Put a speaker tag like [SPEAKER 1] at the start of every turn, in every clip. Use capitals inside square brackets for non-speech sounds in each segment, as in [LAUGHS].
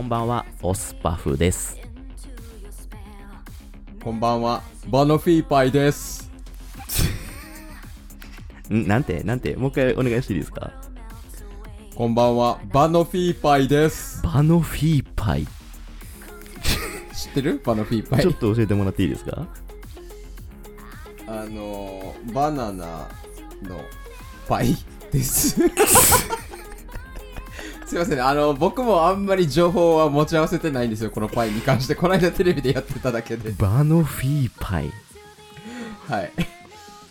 [SPEAKER 1] んばんはオスパフです
[SPEAKER 2] こんばんは、バノフィーパイです。
[SPEAKER 1] んなんてなんてもう一回お願いしていいですか
[SPEAKER 2] こんばんは、バノフィーパイです。
[SPEAKER 1] バノフィーパイ、
[SPEAKER 2] 知ってるバノフィーパ
[SPEAKER 1] ちょっ
[SPEAKER 2] イ。
[SPEAKER 1] と教えてもらっていいですか
[SPEAKER 2] あのー、バナナのパイ
[SPEAKER 1] [LAUGHS]
[SPEAKER 2] です。すいませんね、あの、僕もあんまり情報は持ち合わせてないんですよ、このパイに関して。この間テレビでやってただけで。
[SPEAKER 1] バノフィーパイ
[SPEAKER 2] はい。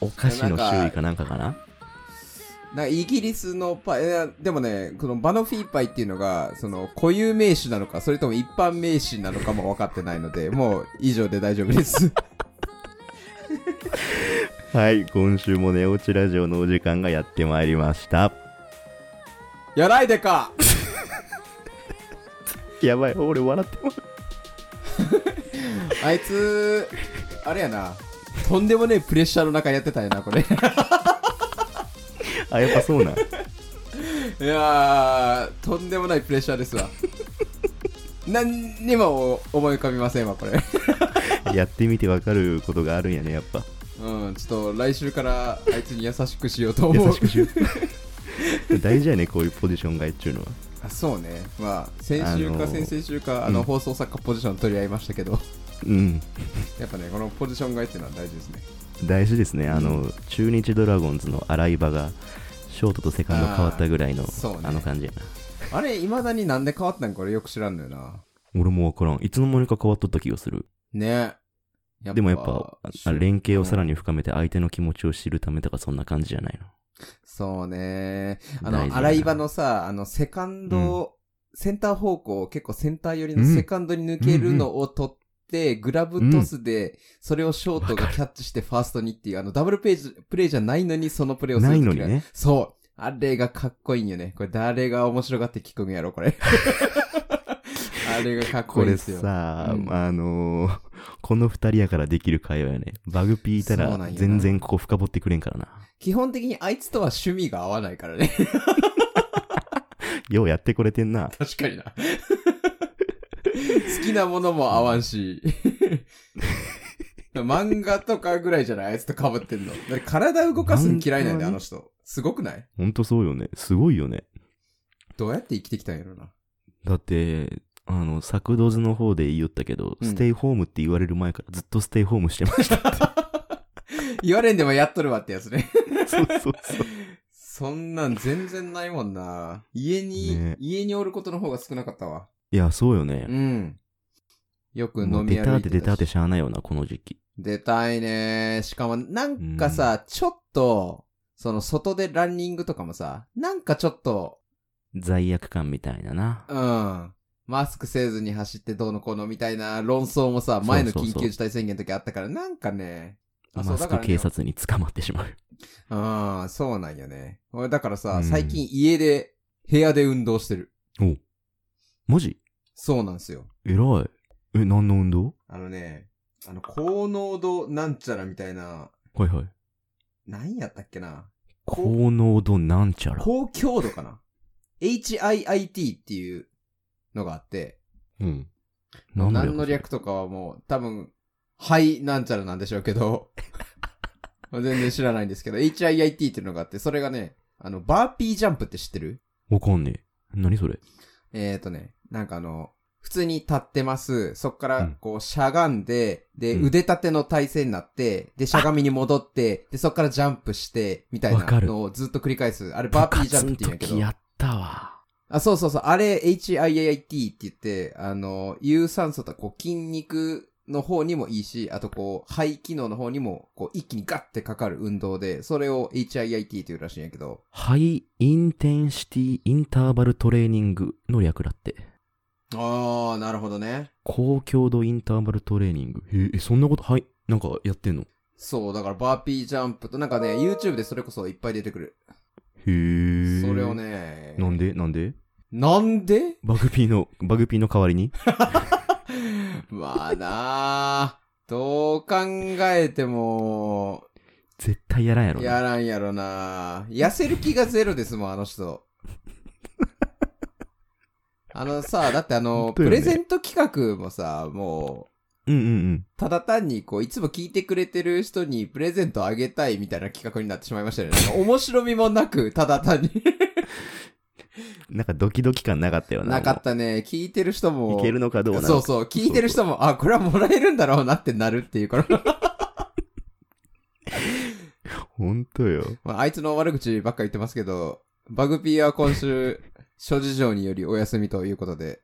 [SPEAKER 1] お菓子の種類かなんかかな
[SPEAKER 2] なんかイギリスのパイ、いやでもね、このバノフィーパイっていうのが、その固有名詞なのか、それとも一般名詞なのかも分かってないので、もう以上で大丈夫です。
[SPEAKER 1] はい今週もネオチラジオのお時間がやってまいりました
[SPEAKER 2] やらいでか
[SPEAKER 1] やばい俺笑ってます
[SPEAKER 2] あいつ、あれやな、とんでもねえプレッシャーの中やってたんやな、これ。い
[SPEAKER 1] [LAUGHS] あやっぱそうなん [LAUGHS]
[SPEAKER 2] やー、とんでもないプレッシャーですわ。何にも思い浮かびませんわ、これ。
[SPEAKER 1] やってみてわかることがあるんやねやっぱ
[SPEAKER 2] うん、ちょっと来週からあいつに優しくしようと思
[SPEAKER 1] 優
[SPEAKER 2] う
[SPEAKER 1] し。くしよう [LAUGHS] 大事やねこういうポジションがいっちゅうのは
[SPEAKER 2] あそうね、まあ、先週
[SPEAKER 1] あ
[SPEAKER 2] か
[SPEAKER 1] のー
[SPEAKER 2] 先々週か、あの
[SPEAKER 1] うん
[SPEAKER 2] 放送作家ポジション取り合いましたけど、
[SPEAKER 1] うん
[SPEAKER 2] やっぱね、このポジションがいっていうのは大事ですね。
[SPEAKER 1] 大事ですねあの、中日ドラゴンズの洗い場がショートとセカンド変わったぐらいの
[SPEAKER 2] あーそうね
[SPEAKER 1] あの感じやな
[SPEAKER 2] あれ、いまだになんで変わったんこれよく知らんのよな。
[SPEAKER 1] 俺もわからんいつの間にか変わっとった気がする
[SPEAKER 2] ね
[SPEAKER 1] でもやっぱあ連携をさらに深めて相手の気持ちを知るためとかそんな感じじゃないの
[SPEAKER 2] そうね。あ
[SPEAKER 1] 大事
[SPEAKER 2] の、
[SPEAKER 1] だな
[SPEAKER 2] 洗い場のさ、あの、セカンド、センター方向、結構センター寄りのセカンドに抜けるのを取って、グラブトスで、それをショートがキャッチしてファーストにっていう、あの、ダブルページ、プレイじゃないのにそのプレイをする
[SPEAKER 1] ない
[SPEAKER 2] 時が
[SPEAKER 1] のにね
[SPEAKER 2] そう。あれがかっこいいんよね。これ誰が面白がって聞くんやろ、こ
[SPEAKER 1] [LAUGHS]
[SPEAKER 2] れ。あれがかっこ
[SPEAKER 1] こ
[SPEAKER 2] いい
[SPEAKER 1] れ
[SPEAKER 2] ですよ。
[SPEAKER 1] さ、
[SPEAKER 2] うん
[SPEAKER 1] あのーこの二人やからできる会話やねバグピーいた
[SPEAKER 2] そ
[SPEAKER 1] ら
[SPEAKER 2] うなんやな
[SPEAKER 1] 全然ここ深掘ってくれんからな
[SPEAKER 2] 基本的にあいつとは趣味が合わないからね。
[SPEAKER 1] ようやってこれてんな
[SPEAKER 2] 確かにな。好きなものも合わんし。漫画とかぐらいじゃないあいつと被ってんの。だって体動かすの嫌いなんだよ、あ
[SPEAKER 1] 本
[SPEAKER 2] の人。すごくない
[SPEAKER 1] ほんとそうよねすごいよね
[SPEAKER 2] どうやって生きてきたんやろな。
[SPEAKER 1] だってあの作動図の方で言いよったけど、
[SPEAKER 2] うん
[SPEAKER 1] ステイホームって言われる前からずっとステイホームしてました
[SPEAKER 2] 言われんでもやっとるわってやつね。 [LAUGHS]
[SPEAKER 1] そうそうそう
[SPEAKER 2] そんなん全然ないもんな。家に、
[SPEAKER 1] ね
[SPEAKER 2] 家におることの方が少なかったわ。
[SPEAKER 1] いやそうよね
[SPEAKER 2] うん。よく
[SPEAKER 1] も
[SPEAKER 2] 飲
[SPEAKER 1] う
[SPEAKER 2] み
[SPEAKER 1] 出た
[SPEAKER 2] 歩
[SPEAKER 1] っ
[SPEAKER 2] い
[SPEAKER 1] て
[SPEAKER 2] てたし
[SPEAKER 1] 出たってしゃあないよなこの時期
[SPEAKER 2] 出たいねしかも、なんかさ、ちょっと、その、外でランニングとかもさ、なんかちょっと、
[SPEAKER 1] 罪悪感みたいなな
[SPEAKER 2] うん。マスクせずに走ってどうのこうのみたいな論争もさ、
[SPEAKER 1] そう
[SPEAKER 2] 前の緊急事態宣言の時あったから、なんかね。あそう
[SPEAKER 1] マス
[SPEAKER 2] だか
[SPEAKER 1] ク
[SPEAKER 2] らね
[SPEAKER 1] 警察に捕まってしまう
[SPEAKER 2] うん、そうなんよね。俺だからさ、
[SPEAKER 1] うん
[SPEAKER 2] 最近家で、部屋で運動してる。
[SPEAKER 1] マジ
[SPEAKER 2] そうなんですよ。
[SPEAKER 1] えらいえ何の運動
[SPEAKER 2] あのね、あの、高濃度なんちゃらみたいな、
[SPEAKER 1] はいはい
[SPEAKER 2] 何やったっけな。
[SPEAKER 1] 高濃度なんちゃら
[SPEAKER 2] 高強度かな ?HIIT っていうのがあって、
[SPEAKER 1] うん何
[SPEAKER 2] 何の
[SPEAKER 1] の略
[SPEAKER 2] 略とかはもう多分、はいなんちゃらなんでしょうけど、 [LAUGHS] 全然知らないんですけど、HIIT っていうのがあって、それがね、あの、バーピージャンプって知ってる
[SPEAKER 1] わかんねえ何それ
[SPEAKER 2] えーとね、なんかあの、普通に立ってます。そっか
[SPEAKER 1] う
[SPEAKER 2] ら
[SPEAKER 1] ん、
[SPEAKER 2] こう、しゃがんで、で、
[SPEAKER 1] うん
[SPEAKER 2] 腕立ての体勢になって、で、しゃがみに戻って、で、そっからジャンプして、みたいな
[SPEAKER 1] わかる
[SPEAKER 2] のをずっと繰り返す。あれ、バーピージャンプって言うんやけ
[SPEAKER 1] 部活ん時。
[SPEAKER 2] ど
[SPEAKER 1] やったわ
[SPEAKER 2] あ、そうそうそう。あれ、HIIT って言って、あの、有酸素とこう筋肉の方にもいいし、あとこう、肺機能の方にも、こう、一気にガッてかかる運動で、それを HIIT っていうらしいんやけど、
[SPEAKER 1] ハイインテンシティインターバルトレーニングの略だって
[SPEAKER 2] あー、なるほどね。
[SPEAKER 1] 高強度インターバルトレーニングへええそんなことはいなんかやってんの
[SPEAKER 2] そう、だからバーピージャンプと、なんかね、YouTube でそれこそいっぱい出てくる。
[SPEAKER 1] へえ
[SPEAKER 2] それをね、
[SPEAKER 1] なんでなんで
[SPEAKER 2] なんで [LAUGHS]
[SPEAKER 1] バグピーのバグピーの代わりに
[SPEAKER 2] まあなあどう考えても、
[SPEAKER 1] 絶対やらんやろな
[SPEAKER 2] やらんや
[SPEAKER 1] [LAUGHS]
[SPEAKER 2] ろな痩せる気がゼロですもん、あの人。あのさ、だってあの、
[SPEAKER 1] 本当よ
[SPEAKER 2] プ
[SPEAKER 1] ね
[SPEAKER 2] レゼント企画もさ、もう、
[SPEAKER 1] うんうんうん。
[SPEAKER 2] ただ単にこう、いつも聞いてくれてる人にプレゼントあげたいみたいな企画になってしまいましたよね。なんか面白みもなく、ただ単に。
[SPEAKER 1] なんかドキドキ感なかったよな。
[SPEAKER 2] なかったね。聞いてる人
[SPEAKER 1] も
[SPEAKER 2] も。
[SPEAKER 1] う。いけるのかどうなのか
[SPEAKER 2] そうそう。聞いてる人も、あ、これはもらえるんだろうなってなるっていうから。 [LAUGHS]
[SPEAKER 1] ほんとよ。
[SPEAKER 2] まあ、あいつの悪口ばっか言ってますけど、バグピーは今週、諸事情によりお休みということで。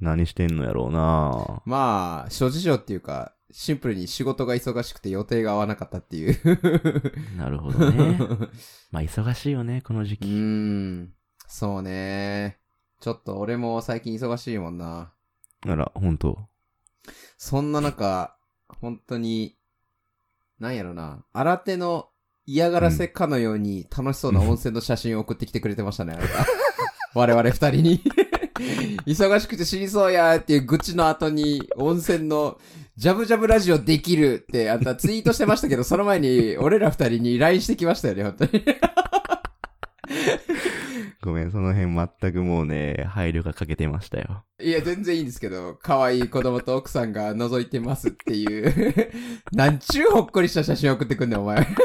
[SPEAKER 1] 何してんのやろうな
[SPEAKER 2] まあ、諸事情っていうか、シンプルに仕事が忙しくて予定が合わなかったっていう。
[SPEAKER 1] なるほ
[SPEAKER 2] う
[SPEAKER 1] ど
[SPEAKER 2] [LAUGHS]
[SPEAKER 1] ね。
[SPEAKER 2] ー
[SPEAKER 1] まあ忙しいよね、この時期。
[SPEAKER 2] ん。そうね。ちょっと俺も最近忙しいもんな。
[SPEAKER 1] あら、ほんと。
[SPEAKER 2] そんな中、本当に、なんやろな、新手の嫌がらせかのように楽しそうな温泉の写真を送ってきてくれてましたね、あれ [LAUGHS] が我々二人に。 [LAUGHS] 忙しくて死にそうやーっていう愚痴の後に、温泉のジャブジャブラジオできるって、あんたツイートしてましたけど、その前に俺ら二人に LINE してきましたよね、本当に。
[SPEAKER 1] ごめん、その辺全くもうね、配慮が欠けてましたよ。
[SPEAKER 2] いや、全然いいんですけど、可愛い子供と奥さんが覗いてますっていう、 [LAUGHS] なんちゅうほっこりした写真送ってくんねん、お前。 [LAUGHS]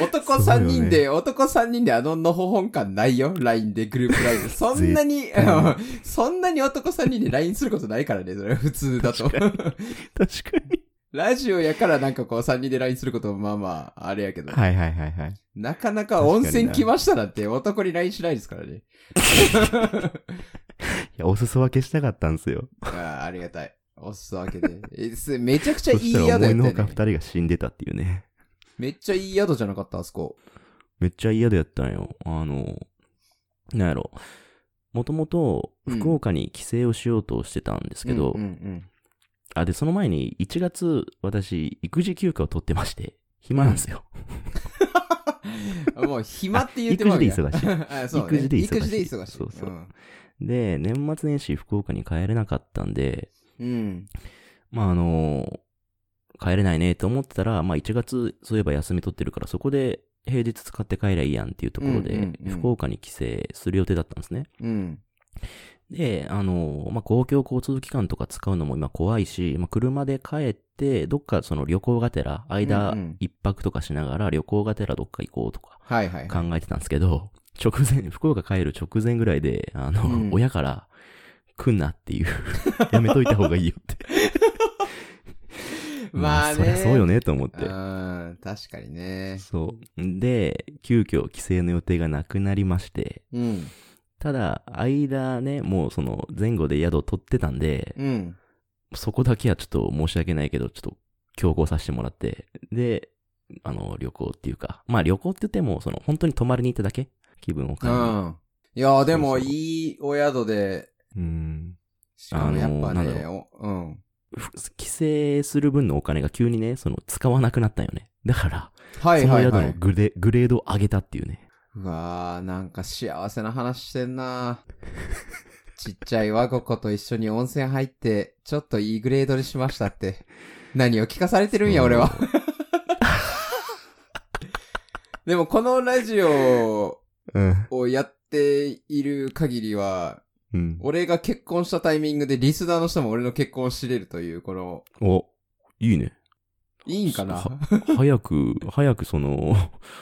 [SPEAKER 2] 男
[SPEAKER 1] そうよ
[SPEAKER 2] 3
[SPEAKER 1] ね
[SPEAKER 2] 人で、男3人であののほほん感ないよ、LINE で、グルー
[SPEAKER 1] [LAUGHS]
[SPEAKER 2] プ LINE で。そんなに、
[SPEAKER 1] 対
[SPEAKER 2] [LAUGHS] そんなに男3人で LINE することないからね、それは普通だと。
[SPEAKER 1] 確かに。
[SPEAKER 2] [LAUGHS] ラジオやからなんかこう3人で LINE することもまあまあ、あれやけど。
[SPEAKER 1] はいはいはい
[SPEAKER 2] [LAUGHS]
[SPEAKER 1] はい。
[SPEAKER 2] なかなか温泉来ましたなんて男に LINE しないですからね。
[SPEAKER 1] いや、お裾分けしたかったんですよ。
[SPEAKER 2] あーありがたい。おすわけで。えすめちゃくちゃい
[SPEAKER 1] そ
[SPEAKER 2] い
[SPEAKER 1] した
[SPEAKER 2] 宿
[SPEAKER 1] ら
[SPEAKER 2] やっ
[SPEAKER 1] 思
[SPEAKER 2] た
[SPEAKER 1] い
[SPEAKER 2] よ
[SPEAKER 1] のほか
[SPEAKER 2] ね
[SPEAKER 1] 二。人が死んでたっていうね。
[SPEAKER 2] めっちゃいい宿じゃなかった、あそこ。
[SPEAKER 1] めっちゃ嫌でやったんよ。あの、なんやろ。もともと、福岡に帰省をしようとしてたんですけど、
[SPEAKER 2] うんうん
[SPEAKER 1] あ、で、その前に1月、私、育児休暇を取ってまして、暇なんですよ。
[SPEAKER 2] うん、もう暇って [LAUGHS] 言っても
[SPEAKER 1] 育児で忙し
[SPEAKER 2] [LAUGHS] いそうね、
[SPEAKER 1] 育児で忙しい
[SPEAKER 2] 育児で忙しい。
[SPEAKER 1] そうそうん
[SPEAKER 2] [LAUGHS]
[SPEAKER 1] で、年末年始、福岡に帰れなかったんで、
[SPEAKER 2] うん。
[SPEAKER 1] まあ、あの、帰れないねと思ってたら、まあ、1月、そういえば休み取ってるから、そこで平日使って帰りゃいいやんっていうところで、
[SPEAKER 2] うんうんうん
[SPEAKER 1] 福岡に帰省する予定だったんですね。
[SPEAKER 2] うん。
[SPEAKER 1] で、あの、まあ、公共交通機関とか使うのも今怖いし、まあ、車で帰って、どっかその旅行がてら、
[SPEAKER 2] う
[SPEAKER 1] 間
[SPEAKER 2] んうん
[SPEAKER 1] 一泊とかしながら旅行がてらどっか行こうとか
[SPEAKER 2] はいはい。
[SPEAKER 1] 考えてたんですけど、直前、福岡帰る直前ぐらいで、あの、
[SPEAKER 2] うん
[SPEAKER 1] 親から、来んなっていう、 [LAUGHS] やめといた方がいいよって。
[SPEAKER 2] [LAUGHS] まあね。
[SPEAKER 1] そりゃそうよねと思っ
[SPEAKER 2] う
[SPEAKER 1] て。
[SPEAKER 2] ん。確かにね。
[SPEAKER 1] そう。で、急遽帰省の予定がなくなりまして、
[SPEAKER 2] うん。
[SPEAKER 1] ただ、間ね、もうその前後で宿を取ってたんで、
[SPEAKER 2] うん。
[SPEAKER 1] そこだけはちょっと申し訳ないけど、ちょっと強行させてもらって、で、あの、旅行っていうか、まあ旅行って言っても、その、本当に泊まりに行っただけ気分を
[SPEAKER 2] う
[SPEAKER 1] 変えに
[SPEAKER 2] ん。いやーでも
[SPEAKER 1] そうそう
[SPEAKER 2] いいお宿で、
[SPEAKER 1] うん。
[SPEAKER 2] しかもやっぱ
[SPEAKER 1] あのーなん
[SPEAKER 2] ね、
[SPEAKER 1] だ
[SPEAKER 2] おうん。
[SPEAKER 1] ふ帰省する分のお金が急にね、その、使わなくなったんよね。だから、
[SPEAKER 2] はい
[SPEAKER 1] その
[SPEAKER 2] はい
[SPEAKER 1] 宿
[SPEAKER 2] は
[SPEAKER 1] の
[SPEAKER 2] い。
[SPEAKER 1] グレ,、グレードを上げたっていうね。
[SPEAKER 2] うわー、なんか幸せな話してんな [LAUGHS] ちっちゃい我が子と一緒に温泉入って、ちょっといいグレードにしましたって。何を聞かされてるんや、俺は。でもこのラジオ
[SPEAKER 1] うん。
[SPEAKER 2] をやっている限りは、
[SPEAKER 1] うん。
[SPEAKER 2] 俺が結婚したタイミングでリスナーの人も俺の結婚を知れるという、この、
[SPEAKER 1] お、いいね。
[SPEAKER 2] いいんかな
[SPEAKER 1] は早く、早くその、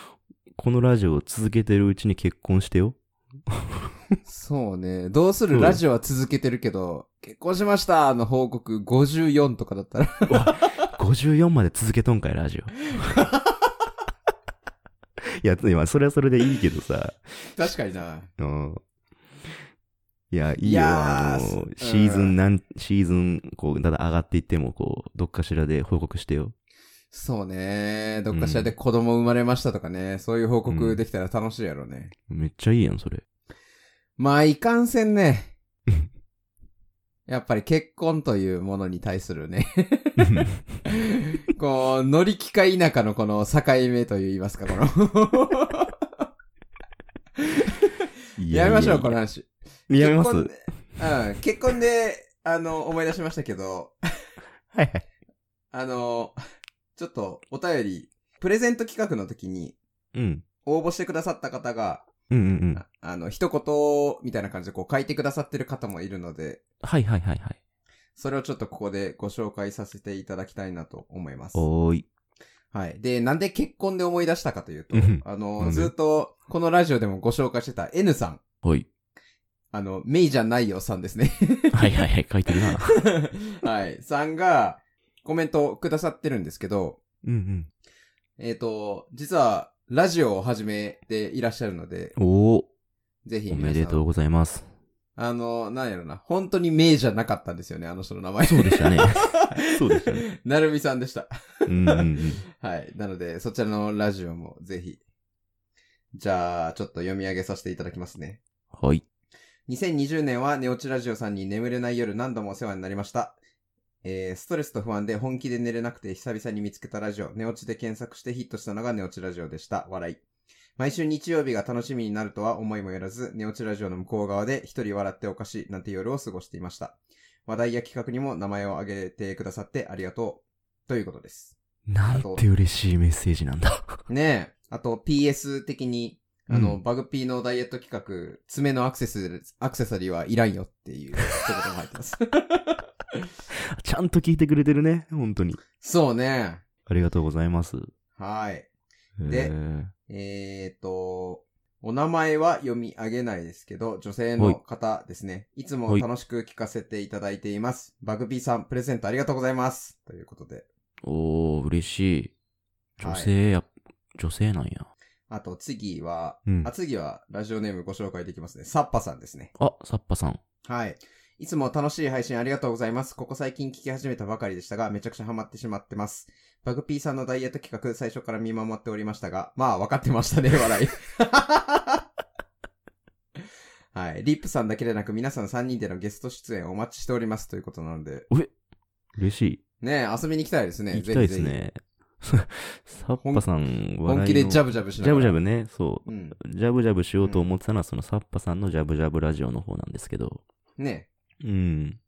[SPEAKER 1] [LAUGHS] このラジオを続けてるうちに結婚してよ。
[SPEAKER 2] そうね。どうするラジオは続けてるけど、結婚しましたの報告54とかだったら
[SPEAKER 1] 54まで続けとんかい、ラジオ。 [LAUGHS] いや、今、それはそれでいいけどさ。
[SPEAKER 2] 確かにな。
[SPEAKER 1] うん。いや、いい
[SPEAKER 2] い
[SPEAKER 1] よ。
[SPEAKER 2] やー
[SPEAKER 1] あ
[SPEAKER 2] す
[SPEAKER 1] の
[SPEAKER 2] うん、
[SPEAKER 1] シーズンなん、シーズン、こう、だんだん上がっていっても、こう、どっかしらで報告してよ。
[SPEAKER 2] そうね。どっかしらで子供生まれましたとかね。そういう報告できたら楽しいやろうね。
[SPEAKER 1] めっちゃいいやん、
[SPEAKER 2] [LAUGHS]
[SPEAKER 1] それ。
[SPEAKER 2] まあ、いかんせん [LAUGHS] ね。やっぱり結婚というものに対するね。こう、乗り気か否かのこの境目と言いますか、この。
[SPEAKER 1] い
[SPEAKER 2] やめましょう、こ
[SPEAKER 1] れ。
[SPEAKER 2] の話。
[SPEAKER 1] やめます。はい
[SPEAKER 2] 結婚でうん。結婚で、あの、思い出しましたけど、
[SPEAKER 1] はい。
[SPEAKER 2] あの、ちょっとお便り、プレゼント企画の時に
[SPEAKER 1] うん。
[SPEAKER 2] 応募してくださった方が、
[SPEAKER 1] うんうんうん。
[SPEAKER 2] あ [LAUGHS] あの、一言みたいな感じでこう書いてくださってる方もいるので、
[SPEAKER 1] はいはいはいはい。
[SPEAKER 2] それをちょっとここでご紹介させていただきたいなと思います。
[SPEAKER 1] おーい。
[SPEAKER 2] はい。で、なんで結婚で思い出したかというと
[SPEAKER 1] うん、
[SPEAKER 2] あ
[SPEAKER 1] なん
[SPEAKER 2] の、
[SPEAKER 1] で
[SPEAKER 2] ずっとこのラジオでもご紹介してた N さん、
[SPEAKER 1] はい。
[SPEAKER 2] あの、メイじゃないよさんで
[SPEAKER 1] [LAUGHS]
[SPEAKER 2] すね。
[SPEAKER 1] はいはいはい、書いてるな。
[SPEAKER 2] [LAUGHS] はい。さんがコメントをくださってるんですけど、
[SPEAKER 1] うん
[SPEAKER 2] えっ、と、実はラジオを始めていらっしゃるので、
[SPEAKER 1] うん。おー、
[SPEAKER 2] ぜひ
[SPEAKER 1] お
[SPEAKER 2] 皆さん。
[SPEAKER 1] めでとうございます。
[SPEAKER 2] あの、なんやろな。本当に名じゃなかったんですよね、あの人の名前。
[SPEAKER 1] そうでしたね。そうでしたね。
[SPEAKER 2] [LAUGHS] なるみさんでした。
[SPEAKER 1] うんうんうん。
[SPEAKER 2] はい。なので、そちらのラジオもぜひ。じゃあ、ちょっと読み上げさせていただきますね。
[SPEAKER 1] はい。
[SPEAKER 2] 2020年は寝落ちラジオさんに眠れない夜何度もお世話になりました。えー、ストレスと不安で本気で寝れなくて久々に見つけたラジオ、寝落ちで検索してヒットしたのが寝落ちラジオでした。笑い。毎週日曜日が楽しみになるとは思いもよらず、寝落ちラジオの向こう側で一人笑っておかしいなんて夜を過ごしていました。話題や企画にも名前を挙げてくださってありがとう。ということです。
[SPEAKER 1] なんて嬉しいメッセージなん [LAUGHS] だ。
[SPEAKER 2] ねえ。あと PS 的に、あの、
[SPEAKER 1] うん
[SPEAKER 2] バグピーのダイエット企画、爪のアクセス、アクセサリーはいらんよっていう、そういうことも入ってます。 [LAUGHS]
[SPEAKER 1] ちゃんと聞いてくれてるね。本当に。
[SPEAKER 2] そうね。
[SPEAKER 1] ありがとうございます。
[SPEAKER 2] はい。で
[SPEAKER 1] えー
[SPEAKER 2] えーと、お名前は読み上げないですけど、女性の方ですね。いつも楽しく聞かせていただいています。バグピーさん、プレゼントありがとうございます。ということで。
[SPEAKER 1] おー、嬉しい。女性や、女性なんや。
[SPEAKER 2] あと、次は、
[SPEAKER 1] うん
[SPEAKER 2] あ、。次は、ラジオネームご紹介できますね。サッパさんですね。
[SPEAKER 1] あ、サッパさん。
[SPEAKER 2] はい。いつも楽しい配信ありがとうございます。ここ最近聞き始めたばかりでしたが、めちゃくちゃハマってしまってます。バグピーさんのダイエット企画、最初から見守っておりましたが、まあ、分かってま
[SPEAKER 1] [LAUGHS]
[SPEAKER 2] したね、笑い。はい。リップさんだけでなく、皆さん3人でのゲスト出演お待ちしておりますということなので、
[SPEAKER 1] 嬉しい。
[SPEAKER 2] ねえ、遊びに来たいですね。
[SPEAKER 1] 行きたいです
[SPEAKER 2] ぜひぜ
[SPEAKER 1] ね。サッパさん、
[SPEAKER 2] ひ。本気でジャ
[SPEAKER 1] ブ。
[SPEAKER 2] ブジャブし
[SPEAKER 1] ジ
[SPEAKER 2] なが
[SPEAKER 1] ャ
[SPEAKER 2] ら。
[SPEAKER 1] ブジャブ
[SPEAKER 2] ブ。
[SPEAKER 1] ね、そ
[SPEAKER 2] うん。
[SPEAKER 1] う。ジャブジャブしようと思ってたのは、そのサッパさんのジャブジャブラジオの方なんですけど。
[SPEAKER 2] ね
[SPEAKER 1] うん。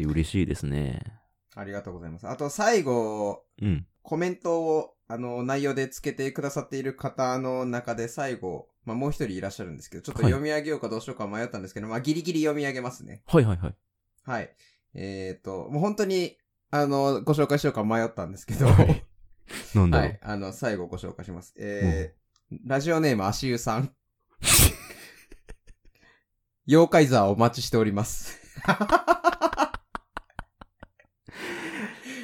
[SPEAKER 1] え嬉しいですね。
[SPEAKER 2] えありがとうございます。あと、最後、
[SPEAKER 1] うん。
[SPEAKER 2] コメントを、あの、内容でつけてくださっている方の中で最後、まあ、もう一人いらっしゃるんですけど、ちょっと
[SPEAKER 1] はい
[SPEAKER 2] 読み上げようかどうしようか迷ったんですけど、まあ、ギリギリ読み上げますね。
[SPEAKER 1] はいはいはい。
[SPEAKER 2] はい。えっ、と、もう本当に、あの、ご紹介しようか迷ったんですけど、
[SPEAKER 1] は
[SPEAKER 2] はいい。
[SPEAKER 1] なんだろう。
[SPEAKER 2] あの、最後ご紹介します。えーラジオネーム足湯さん。妖怪座お待ちしております。 [LAUGHS]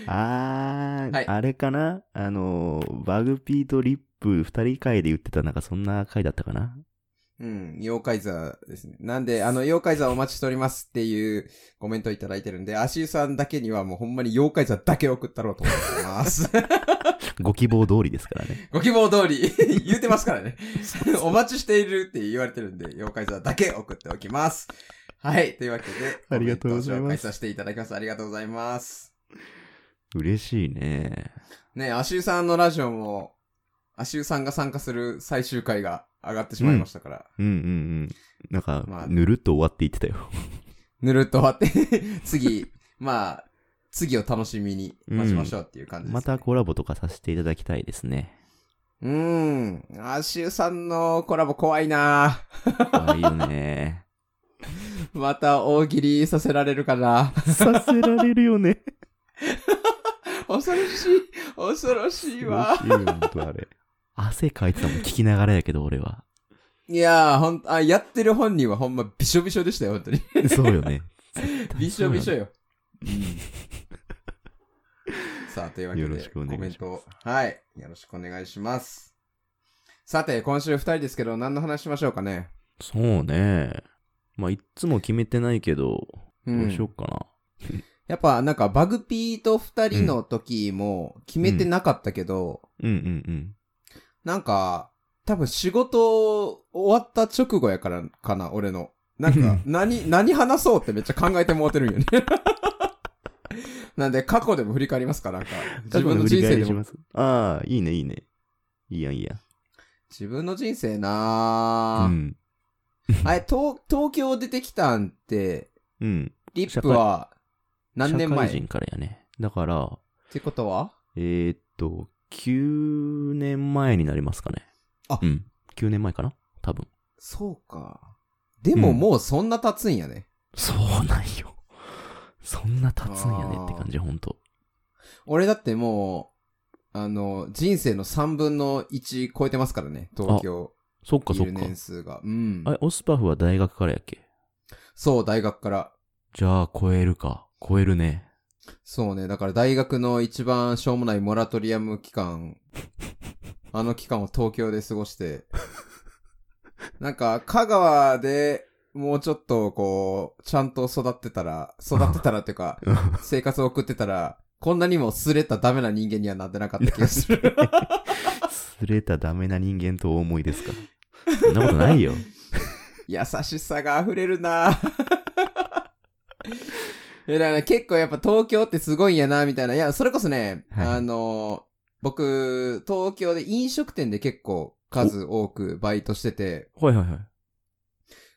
[SPEAKER 1] あー、
[SPEAKER 2] はい
[SPEAKER 1] あれかなあのー、バグピーとリップ二人会で言ってた、なんかそんな会だったかな
[SPEAKER 2] うん、妖怪座ですね。なんで、あの、妖怪座お待ちしておりますっていうコメントをいただいてるんで、足湯さんだけにはもうほんまに妖怪座だけ送ったろうと思ってます。
[SPEAKER 1] ご希望通りですから
[SPEAKER 2] [LAUGHS]
[SPEAKER 1] ね。
[SPEAKER 2] ご希望通
[SPEAKER 1] [LAUGHS]
[SPEAKER 2] り言うてますからね。 [LAUGHS] お待ちしているって言われてるんで、妖怪座だけ送っておきます。はい、というわけで、
[SPEAKER 1] ありがとうございます
[SPEAKER 2] コメントを紹介させていただきます。ありがとうございます。
[SPEAKER 1] 嬉しいね。
[SPEAKER 2] ね、足湯さんのラジオも、足湯さんが参加する最終回が上がってしまいましたから、
[SPEAKER 1] うんうんうん。なんか、
[SPEAKER 2] まあ
[SPEAKER 1] ぬるっと終わっていってたよ。
[SPEAKER 2] ぬるっと終わって、 [LAUGHS] 次、まあ、次を楽しみに待ちましょうっていう感じです、
[SPEAKER 1] またコラボとかさせていただきたいです
[SPEAKER 2] [LAUGHS]
[SPEAKER 1] ね。
[SPEAKER 2] うーん。アシュさんのコラボ怖いな
[SPEAKER 1] あいいよね。
[SPEAKER 2] また大喜利させられるかな
[SPEAKER 1] させられるよね。
[SPEAKER 2] 恐ろしい。恐ろしいわ。
[SPEAKER 1] 嬉しいよ本当あれ。汗かいてたもん、聞きながらやけど俺は。
[SPEAKER 2] いやー、ほん、あ、やってる本人はほんまびしょびしょでしたよ、本当 [LAUGHS] に。
[SPEAKER 1] そうよね。
[SPEAKER 2] びしょびしょよ。
[SPEAKER 1] うん。
[SPEAKER 2] さあ、というわけで、
[SPEAKER 1] よろしくお願いします
[SPEAKER 2] コメントをはい。よろしくお願いします。さて、今週二人ですけど、何の話しましょうかね。
[SPEAKER 1] そうね。まあ、いっつも決めてないけど、
[SPEAKER 2] う
[SPEAKER 1] ど
[SPEAKER 2] ん
[SPEAKER 1] うしようかな。
[SPEAKER 2] やっぱなんかバグピーと二人の時も決めてなかったけど、
[SPEAKER 1] うんうんうん。
[SPEAKER 2] なんか多分仕事終わった直後やからかな、俺の。なんか何、何話そうってめっちゃ考えてもうてるんよね。 [LAUGHS] なんで過去でも振り返りますか、なんか。自分の人生でも。
[SPEAKER 1] す。ああ、いいね、いいね。いいやん、いいや。
[SPEAKER 2] 自分の人生な
[SPEAKER 1] う
[SPEAKER 2] ぁ、
[SPEAKER 1] ん。
[SPEAKER 2] あれ、東、東京出てきたんって、
[SPEAKER 1] うん。
[SPEAKER 2] リップは何年前
[SPEAKER 1] 社会人からやね。だから、
[SPEAKER 2] ってことは
[SPEAKER 1] えー、っと、9年前になりますかね。
[SPEAKER 2] あ
[SPEAKER 1] うん。9年前かな多分。
[SPEAKER 2] そうか。でも
[SPEAKER 1] うん
[SPEAKER 2] もうそんな経つんやね。
[SPEAKER 1] そうなんよ。 [LAUGHS] そんな経つんやねって感じ、ほんと。
[SPEAKER 2] 俺だってもう、あの、人生の3分の1超えてますからね、東京
[SPEAKER 1] そっか
[SPEAKER 2] い
[SPEAKER 1] そっ
[SPEAKER 2] る
[SPEAKER 1] か。
[SPEAKER 2] 年数が。うん。
[SPEAKER 1] あれ、オスパフは大学からやっけ
[SPEAKER 2] そう、大学から。
[SPEAKER 1] じゃあ、超えるか。超えるね。
[SPEAKER 2] そうね、だから大学の一番しょうもないモラトリアム期
[SPEAKER 1] [LAUGHS]
[SPEAKER 2] 間、あの期間を東京で過ごして、なんか、香川でもうちょっとこう、ちゃんと育ってたら、育ってたらってい
[SPEAKER 1] [LAUGHS]
[SPEAKER 2] うか、生活を送ってたら、こんなにもすれたダメな人間にはなってなかった気がする。
[SPEAKER 1] すれたダメな人間とお思いですか。そんなことないよ。 [LAUGHS]
[SPEAKER 2] 優しさが溢れるな [LAUGHS] ぁいやだから結構やっぱ東京ってすごいんやなみたいな。いや、それこそね、
[SPEAKER 1] はい
[SPEAKER 2] あのー僕、東京で飲食店で結構数多くバイトしてて、
[SPEAKER 1] はいはいは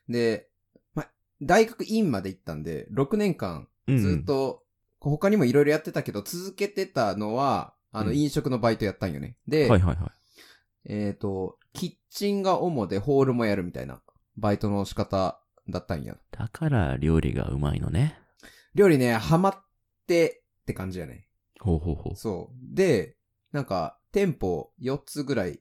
[SPEAKER 1] い。
[SPEAKER 2] で、ま、大学院まで行ったんで、6年間
[SPEAKER 1] うんうん
[SPEAKER 2] ずっ。と、こう他にもいろいろやってたけど、続けてたのは、あの、
[SPEAKER 1] うん
[SPEAKER 2] 飲食のバイトやったんよね。で、
[SPEAKER 1] はいはいはい。
[SPEAKER 2] えっ、と、キッチンが主でホールもやるみたいな、バイトの仕方だったんや。
[SPEAKER 1] だから、料理がうまいのね。
[SPEAKER 2] 料理ね、ハマってって感じやね。
[SPEAKER 1] ほうほうほう。
[SPEAKER 2] そう。で、なんか、店舗4つぐらい、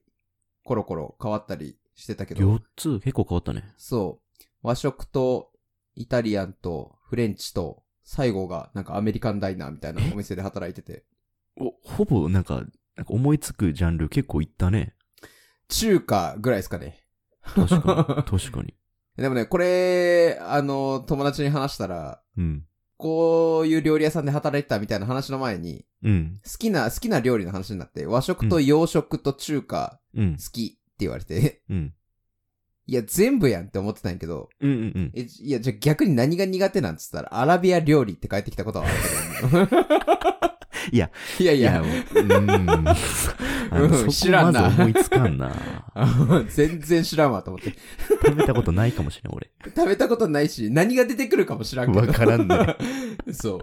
[SPEAKER 2] コロコロ変わったりしてたけど
[SPEAKER 1] 4、つ、結構変わったね。
[SPEAKER 2] そう。和食と、イタリアンと、フレンチと、最後が、なんかアメリカンダイナーみたいなお店で働いてて、
[SPEAKER 1] お、ほぼ、なんか、なんか思いつくジャンル結構いったね。
[SPEAKER 2] 中華ぐらいですかね。
[SPEAKER 1] 確か [LAUGHS] に。確かに。
[SPEAKER 2] でもね、これ、あの、友達に話したら、
[SPEAKER 1] うん。
[SPEAKER 2] こういう料理屋さんで働いてたみたいな話の前に、
[SPEAKER 1] うん。
[SPEAKER 2] 好きな、好きな料理の話になって、和食と洋食と中華
[SPEAKER 1] うん
[SPEAKER 2] 好。きって言われて、
[SPEAKER 1] うん。
[SPEAKER 2] いや、全部やんって思ってたんやけど、
[SPEAKER 1] うんうんうん。
[SPEAKER 2] え、いや、じゃあ逆に何が苦手なんつったら、アラビア料理って帰ってきたことはあるけど
[SPEAKER 1] いや。
[SPEAKER 2] いやい
[SPEAKER 1] い
[SPEAKER 2] や
[SPEAKER 1] や、う、 [LAUGHS] ん。あの
[SPEAKER 2] うん
[SPEAKER 1] そこ
[SPEAKER 2] 知らんな
[SPEAKER 1] まず思いつかんな。
[SPEAKER 2] あ [LAUGHS] 全然知らんわと思って。
[SPEAKER 1] 食べたことないかもしれん、 [LAUGHS] 俺。
[SPEAKER 2] 食べたことないし、何が出てくるかも知らんけど。
[SPEAKER 1] わからん [LAUGHS] ね。
[SPEAKER 2] [LAUGHS] そう。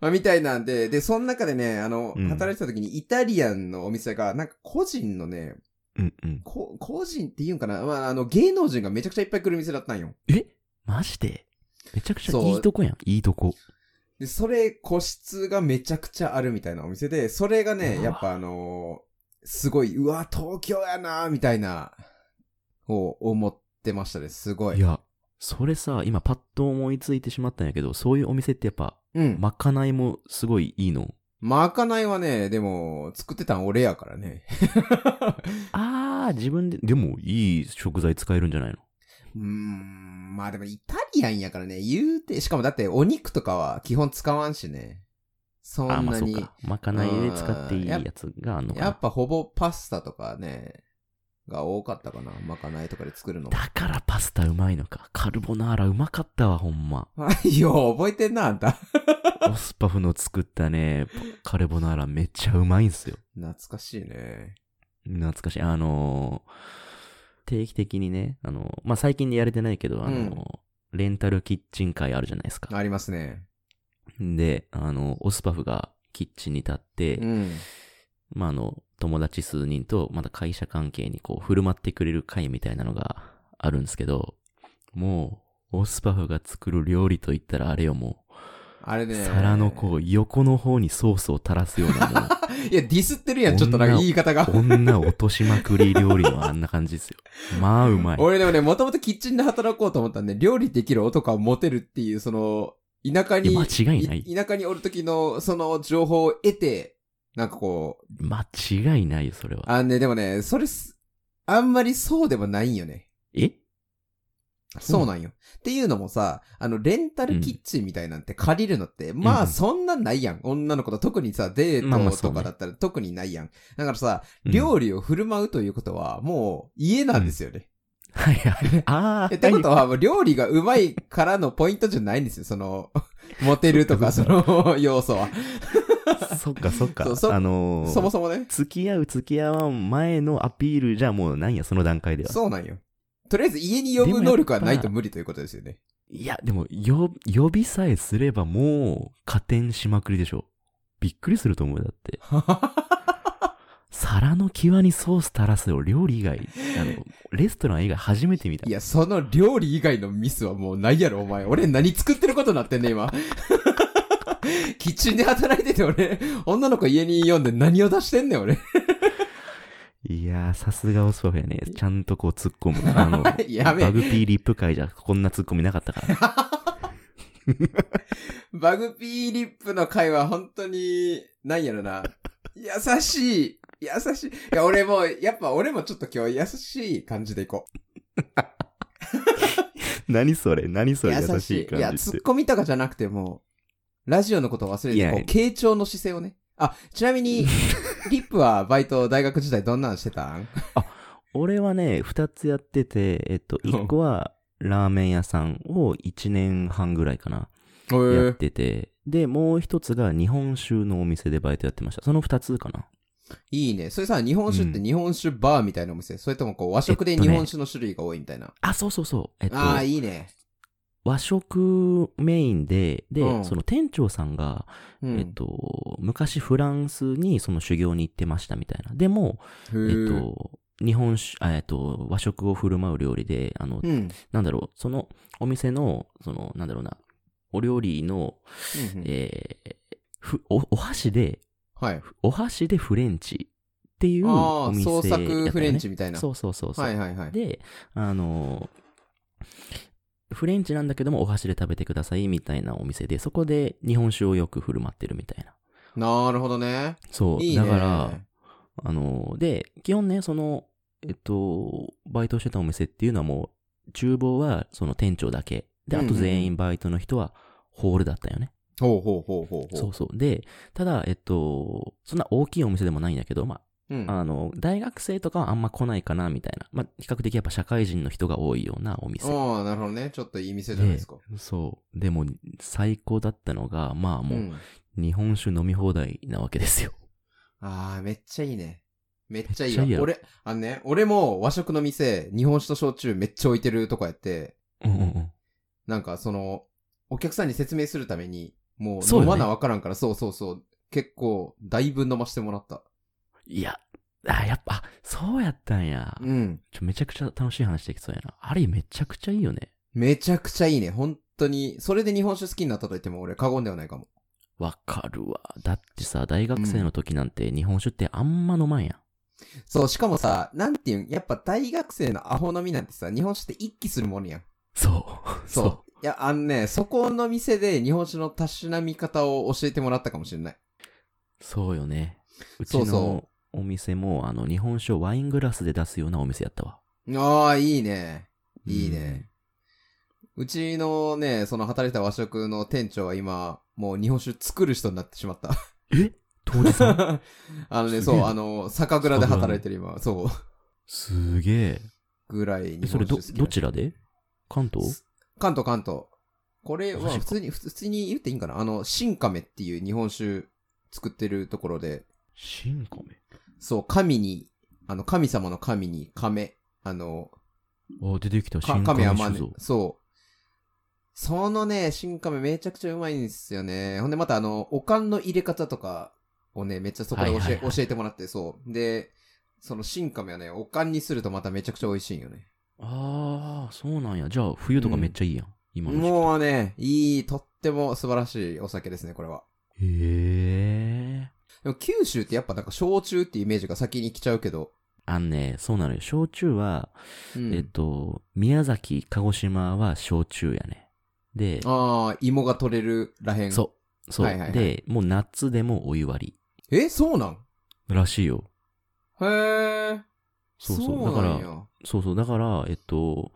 [SPEAKER 2] まあ、みたいなんで、で、その中でね、あの、
[SPEAKER 1] うん
[SPEAKER 2] 働いてた時にイタリアンのお店が、なんか個人のね、
[SPEAKER 1] うんうん。
[SPEAKER 2] こ個人って言うんかな、まあ、あの、芸能人がめちゃくちゃいっぱい来る店だったんよ。
[SPEAKER 1] えマジでめちゃくちゃ
[SPEAKER 2] そう
[SPEAKER 1] いいとこやん。いいとこ。
[SPEAKER 2] で、それ、個室がめちゃくちゃあるみたいなお店で、それが
[SPEAKER 1] う
[SPEAKER 2] ね、
[SPEAKER 1] わ
[SPEAKER 2] やっぱあのーすごい、うわ、東京やなみたいな、を思ってましたね。すごい。
[SPEAKER 1] いや、それさ、今パッと思いついてしまったんやけど、そういうお店ってやっぱ、
[SPEAKER 2] うん。ま、
[SPEAKER 1] まかないもすごいいいの。
[SPEAKER 2] かないはね、でも、作ってたん俺やからね。 [LAUGHS]
[SPEAKER 1] あー、自分で、でもいい食材使えるんじゃないの
[SPEAKER 2] うーん、まあでもイタリアンやからね、言うて、しかもだってお肉とかは基本使わんしね。そん
[SPEAKER 1] あー、まあ
[SPEAKER 2] な
[SPEAKER 1] そう
[SPEAKER 2] に。
[SPEAKER 1] か。まかないで使っていいやつがあんのか
[SPEAKER 2] やっ
[SPEAKER 1] な。
[SPEAKER 2] ぱほぼパスタとかね、が多かったかな。まかないとかで作るのも。
[SPEAKER 1] だからパスタうまいのか。カルボナーラうまかったわ、ほん
[SPEAKER 2] [LAUGHS]
[SPEAKER 1] ま。
[SPEAKER 2] はい [LAUGHS] よ、覚えてんな、あんた。
[SPEAKER 1] オスパフの作ったね、カルボナーラめっちゃうまいんすよ。
[SPEAKER 2] 懐かしいね。
[SPEAKER 1] 懐かしい。あのー定期的にね、あのーまあ、最近でやれてないけど、あのーレンタルキッチン会あるじゃないですか。
[SPEAKER 2] ありますね。
[SPEAKER 1] で、あのーオスパフがキッチンに立って、
[SPEAKER 2] うん。
[SPEAKER 1] まあ、あの、友達数人と、まだ会社関係にこう、振る舞ってくれる会みたいなのがあるんですけど、もう、オスパフが作る料理といったらあれよ、も
[SPEAKER 2] あれ
[SPEAKER 1] う、
[SPEAKER 2] ね。
[SPEAKER 1] 皿のこう、横の方にソースを垂らすような、もう、
[SPEAKER 2] いや、ディスってるやん、ちょっとなんか言い方が。
[SPEAKER 1] 女落としまくり料理のあんな感じ
[SPEAKER 2] [LAUGHS]
[SPEAKER 1] ですよ。まあうまい。
[SPEAKER 2] 俺でもね、もともとキッチンで働こうと思ったんで、料理できる男はモテるっていう、その、田舎に、
[SPEAKER 1] いや間違いない
[SPEAKER 2] 田舎におる時の、その情報を得て、なんかこう、
[SPEAKER 1] 間違いないよ、それは。
[SPEAKER 2] あのね、でもね、それす、あんまりそうでもないんよね。
[SPEAKER 1] え
[SPEAKER 2] そうなんよ。っていうのもさ、あの、レンタルキッチンみたいなんて借りるのって、
[SPEAKER 1] う
[SPEAKER 2] まあ
[SPEAKER 1] ん
[SPEAKER 2] そんなないやん。女の子と特にさ、デ
[SPEAKER 1] まあま
[SPEAKER 2] ー
[SPEAKER 1] あ
[SPEAKER 2] ト
[SPEAKER 1] そう
[SPEAKER 2] と
[SPEAKER 1] ね
[SPEAKER 2] かだったら特にないやん。だからさ、
[SPEAKER 1] うん
[SPEAKER 2] 料理を振る舞うということは、もう家なんですよね。
[SPEAKER 1] はいはい。ああ。
[SPEAKER 2] えってこと
[SPEAKER 1] は
[SPEAKER 2] は、もう料理がうまいからのポイントじゃないんですよ。その、
[SPEAKER 1] [LAUGHS]
[SPEAKER 2] モテるとか、その要素は。
[SPEAKER 1] いそっかそっか
[SPEAKER 2] そう。そ
[SPEAKER 1] あのー
[SPEAKER 2] そもそもね。
[SPEAKER 1] 付き合う付き合わん前のアピールじゃもうなんや、その段階では。
[SPEAKER 2] そうなんよ。とりあえず家に呼ぶ能力はないと無理ということですよね。
[SPEAKER 1] いや、でも、よ、呼びさえすればもう、加点しまくりでしょ。びっくりすると思うよだ [LAUGHS] って。 [LAUGHS] 皿の際にソース垂らすよ、料理以外、あの、レストラン以外初めて見た
[SPEAKER 2] い。や、その料理以外のミスはもうないやろ、お前。俺何作ってることになってんね、
[SPEAKER 1] [LAUGHS]
[SPEAKER 2] 今。キッチンで働いてて俺、女の子家に呼んで何を出してんねん、俺。
[SPEAKER 1] いやー、さすがオスパフェやね。ちゃんとこう突っ込 [LAUGHS] む。あの、
[SPEAKER 2] やべえ
[SPEAKER 1] バグピーリップ会じゃこんな突っ込みなかったから。
[SPEAKER 2] バグピーリップの回は本当に、なんや
[SPEAKER 1] [LAUGHS]
[SPEAKER 2] ろな。優しい。優しい。いや、俺も、やっぱ俺もちょっと今日優しい感じでいこう。
[SPEAKER 1] 何それ何それ優しい
[SPEAKER 2] いや、
[SPEAKER 1] 感じっ。
[SPEAKER 2] 突って込みとかじゃなくてもう、ラジオのことを忘れ
[SPEAKER 1] い
[SPEAKER 2] て、
[SPEAKER 1] や
[SPEAKER 2] こう、傾聴の姿勢をね。あ、ちなみ
[SPEAKER 1] [LAUGHS]
[SPEAKER 2] に、リップはバイト、大学時代どんなんしてたん
[SPEAKER 1] 俺はね、二つやってて、えっと、一個はラーメン屋さんを一年半ぐらいかな。
[SPEAKER 2] へ
[SPEAKER 1] やっ。てて、で、もう一つが日本酒のお店でバイトやってました。その二つかな。
[SPEAKER 2] いいね。それさ、日本酒って
[SPEAKER 1] うん
[SPEAKER 2] 日本酒バーみたいなお店、それともこう、和食で日本酒の種類が多いみたいな。
[SPEAKER 1] あ、そうそうそう。えっと、
[SPEAKER 2] ああ、いいね。
[SPEAKER 1] 和食メインで、で、
[SPEAKER 2] うん
[SPEAKER 1] その店長さんが、
[SPEAKER 2] うん。
[SPEAKER 1] えっと、昔フランスにその修行に行ってましたみたいな。でも、
[SPEAKER 2] へ
[SPEAKER 1] え
[SPEAKER 2] ー
[SPEAKER 1] っ、と、日本酒、あえっと、和食を振る舞う料理で、あの、
[SPEAKER 2] うん。うん
[SPEAKER 1] なんだろう、そのお店の、その、なんだろうな、お料理の、
[SPEAKER 2] うん
[SPEAKER 1] えーふお、お箸で、
[SPEAKER 2] はい。
[SPEAKER 1] お箸でフレンチっていうお
[SPEAKER 2] ああ、
[SPEAKER 1] 店
[SPEAKER 2] 創作フレンチみたい
[SPEAKER 1] み
[SPEAKER 2] な。
[SPEAKER 1] そうそうそうそう、
[SPEAKER 2] はいはいはい。
[SPEAKER 1] であのーフレンチなんだけどもお箸で食べてくださいみたいなお店でそこで日本酒をよく振る舞ってるみたいな
[SPEAKER 2] なるほどね。
[SPEAKER 1] そう
[SPEAKER 2] いいね。
[SPEAKER 1] だからあのーで基本ねそのえっとバイトしてたお店っていうのはもう厨房はその店長だけであ
[SPEAKER 2] うん
[SPEAKER 1] と
[SPEAKER 2] うんうん
[SPEAKER 1] 全員バイトの人はホールだったよね、
[SPEAKER 2] ほうほうほうほうほう。
[SPEAKER 1] そうそうでただえっとそんな大きいお店でもないんだけどまあ
[SPEAKER 2] うん。
[SPEAKER 1] あの、大学生とかはあんま来ないかな、みたいな。まあ、比較的やっぱ社会人の人が多いようなお店。
[SPEAKER 2] ああ、なるほどね。ちょっといい店じゃないですか。
[SPEAKER 1] そう。でも、最高だったのが、まあ
[SPEAKER 2] う
[SPEAKER 1] もう、
[SPEAKER 2] ん。
[SPEAKER 1] 日本酒飲み放題なわけですよ。
[SPEAKER 2] ああ、めっちゃいいね。めっちゃい
[SPEAKER 1] めっ
[SPEAKER 2] い
[SPEAKER 1] ちゃいいや
[SPEAKER 2] よ。
[SPEAKER 1] ろ
[SPEAKER 2] 俺、あのね、俺も和食の店、日本酒と焼酎めっちゃ置いてるとこやって、
[SPEAKER 1] うんうんうん。
[SPEAKER 2] なんかその、お客さんに説明するために、も
[SPEAKER 1] そう
[SPEAKER 2] う
[SPEAKER 1] よ
[SPEAKER 2] 飲
[SPEAKER 1] ね
[SPEAKER 2] まなわからんから、そうそうそう。結構、だいぶ飲ましてもらった。
[SPEAKER 1] いや、あ、やっぱ、あそうやったんや。
[SPEAKER 2] うん。
[SPEAKER 1] ちょめちゃくちゃ楽しい話できそうやな。あれめちゃくちゃいいよね。
[SPEAKER 2] めちゃくちゃいいね。本当に。それで日本酒好きになったと言っても俺過言ではないかも。
[SPEAKER 1] わかるわ。だってさ、大学生の時なんて日本酒ってあんま飲まんやん。
[SPEAKER 2] そう、しかもさ、なんていうん、やっぱ大学生のアホ飲みなんてさ、日本酒って一気するもんやん。
[SPEAKER 1] そう。
[SPEAKER 2] そう。いや、あのね、そこの店で日本酒のたしなみ方を教えてもらったかもしれない。
[SPEAKER 1] そうよね。うち
[SPEAKER 2] そ
[SPEAKER 1] の
[SPEAKER 2] うそ
[SPEAKER 1] お店も、あの、日本酒をワイングラスで出すようなお店やったわ。
[SPEAKER 2] ああ、いいね。いいね。うちのね、その働いてた和食の店長は今、もう日本酒作る人になってしまった。
[SPEAKER 1] え当時さ
[SPEAKER 2] [LAUGHS]
[SPEAKER 1] ん
[SPEAKER 2] あのね、
[SPEAKER 1] す
[SPEAKER 2] そ
[SPEAKER 1] げえ
[SPEAKER 2] う、あの、酒蔵で働いてる今、そう、
[SPEAKER 1] すげえ。
[SPEAKER 2] ぐらい
[SPEAKER 1] え
[SPEAKER 2] 日
[SPEAKER 1] それ
[SPEAKER 2] 本酒
[SPEAKER 1] ど
[SPEAKER 2] 好き、な
[SPEAKER 1] どちらで関東
[SPEAKER 2] す関東、関東。これ
[SPEAKER 1] マ
[SPEAKER 2] は
[SPEAKER 1] ジか
[SPEAKER 2] 普通に、普通に言っていいんかなあの、新亀っていう日本酒作ってるところで、
[SPEAKER 1] 新亀。
[SPEAKER 2] そう、神に、あの、神様の神に亀、あの、
[SPEAKER 1] あ、出てきた。
[SPEAKER 2] か
[SPEAKER 1] 新
[SPEAKER 2] 亀
[SPEAKER 1] 亀
[SPEAKER 2] はまあ
[SPEAKER 1] 酒
[SPEAKER 2] ね
[SPEAKER 1] 造。
[SPEAKER 2] そう。そのね、新亀めちゃくちゃうまいんですよね。ほんでまたあの、おかんの入れ方とかをね、めっちゃそこで教
[SPEAKER 1] は
[SPEAKER 2] え,、
[SPEAKER 1] いはいはい
[SPEAKER 2] 教えてもらって、そう。で、その新亀はね、おかんにするとまためちゃくちゃ美味しいんよね。
[SPEAKER 1] ああ、そうなんや。じゃあ、冬とかめっちゃいいやん。今の時期。
[SPEAKER 2] もうね、いい、とっても素晴らしいお酒ですね、これは。
[SPEAKER 1] へえ。
[SPEAKER 2] でも九州ってやっぱなんか焼酎ってイメージが先に来ちゃうけど。
[SPEAKER 1] あんね、そうなのよ。焼酎は、
[SPEAKER 2] うん
[SPEAKER 1] えっと、宮崎、鹿児島は焼酎やね。で、
[SPEAKER 2] ああ、芋が取れるらへん。
[SPEAKER 1] そう。そう。
[SPEAKER 2] はいはいはい
[SPEAKER 1] で、もう夏でもお湯割
[SPEAKER 2] え、そうなん
[SPEAKER 1] り。らしいよ。
[SPEAKER 2] へえ。
[SPEAKER 1] そうそう
[SPEAKER 2] なんや
[SPEAKER 1] だからそうそう、だから、えっと、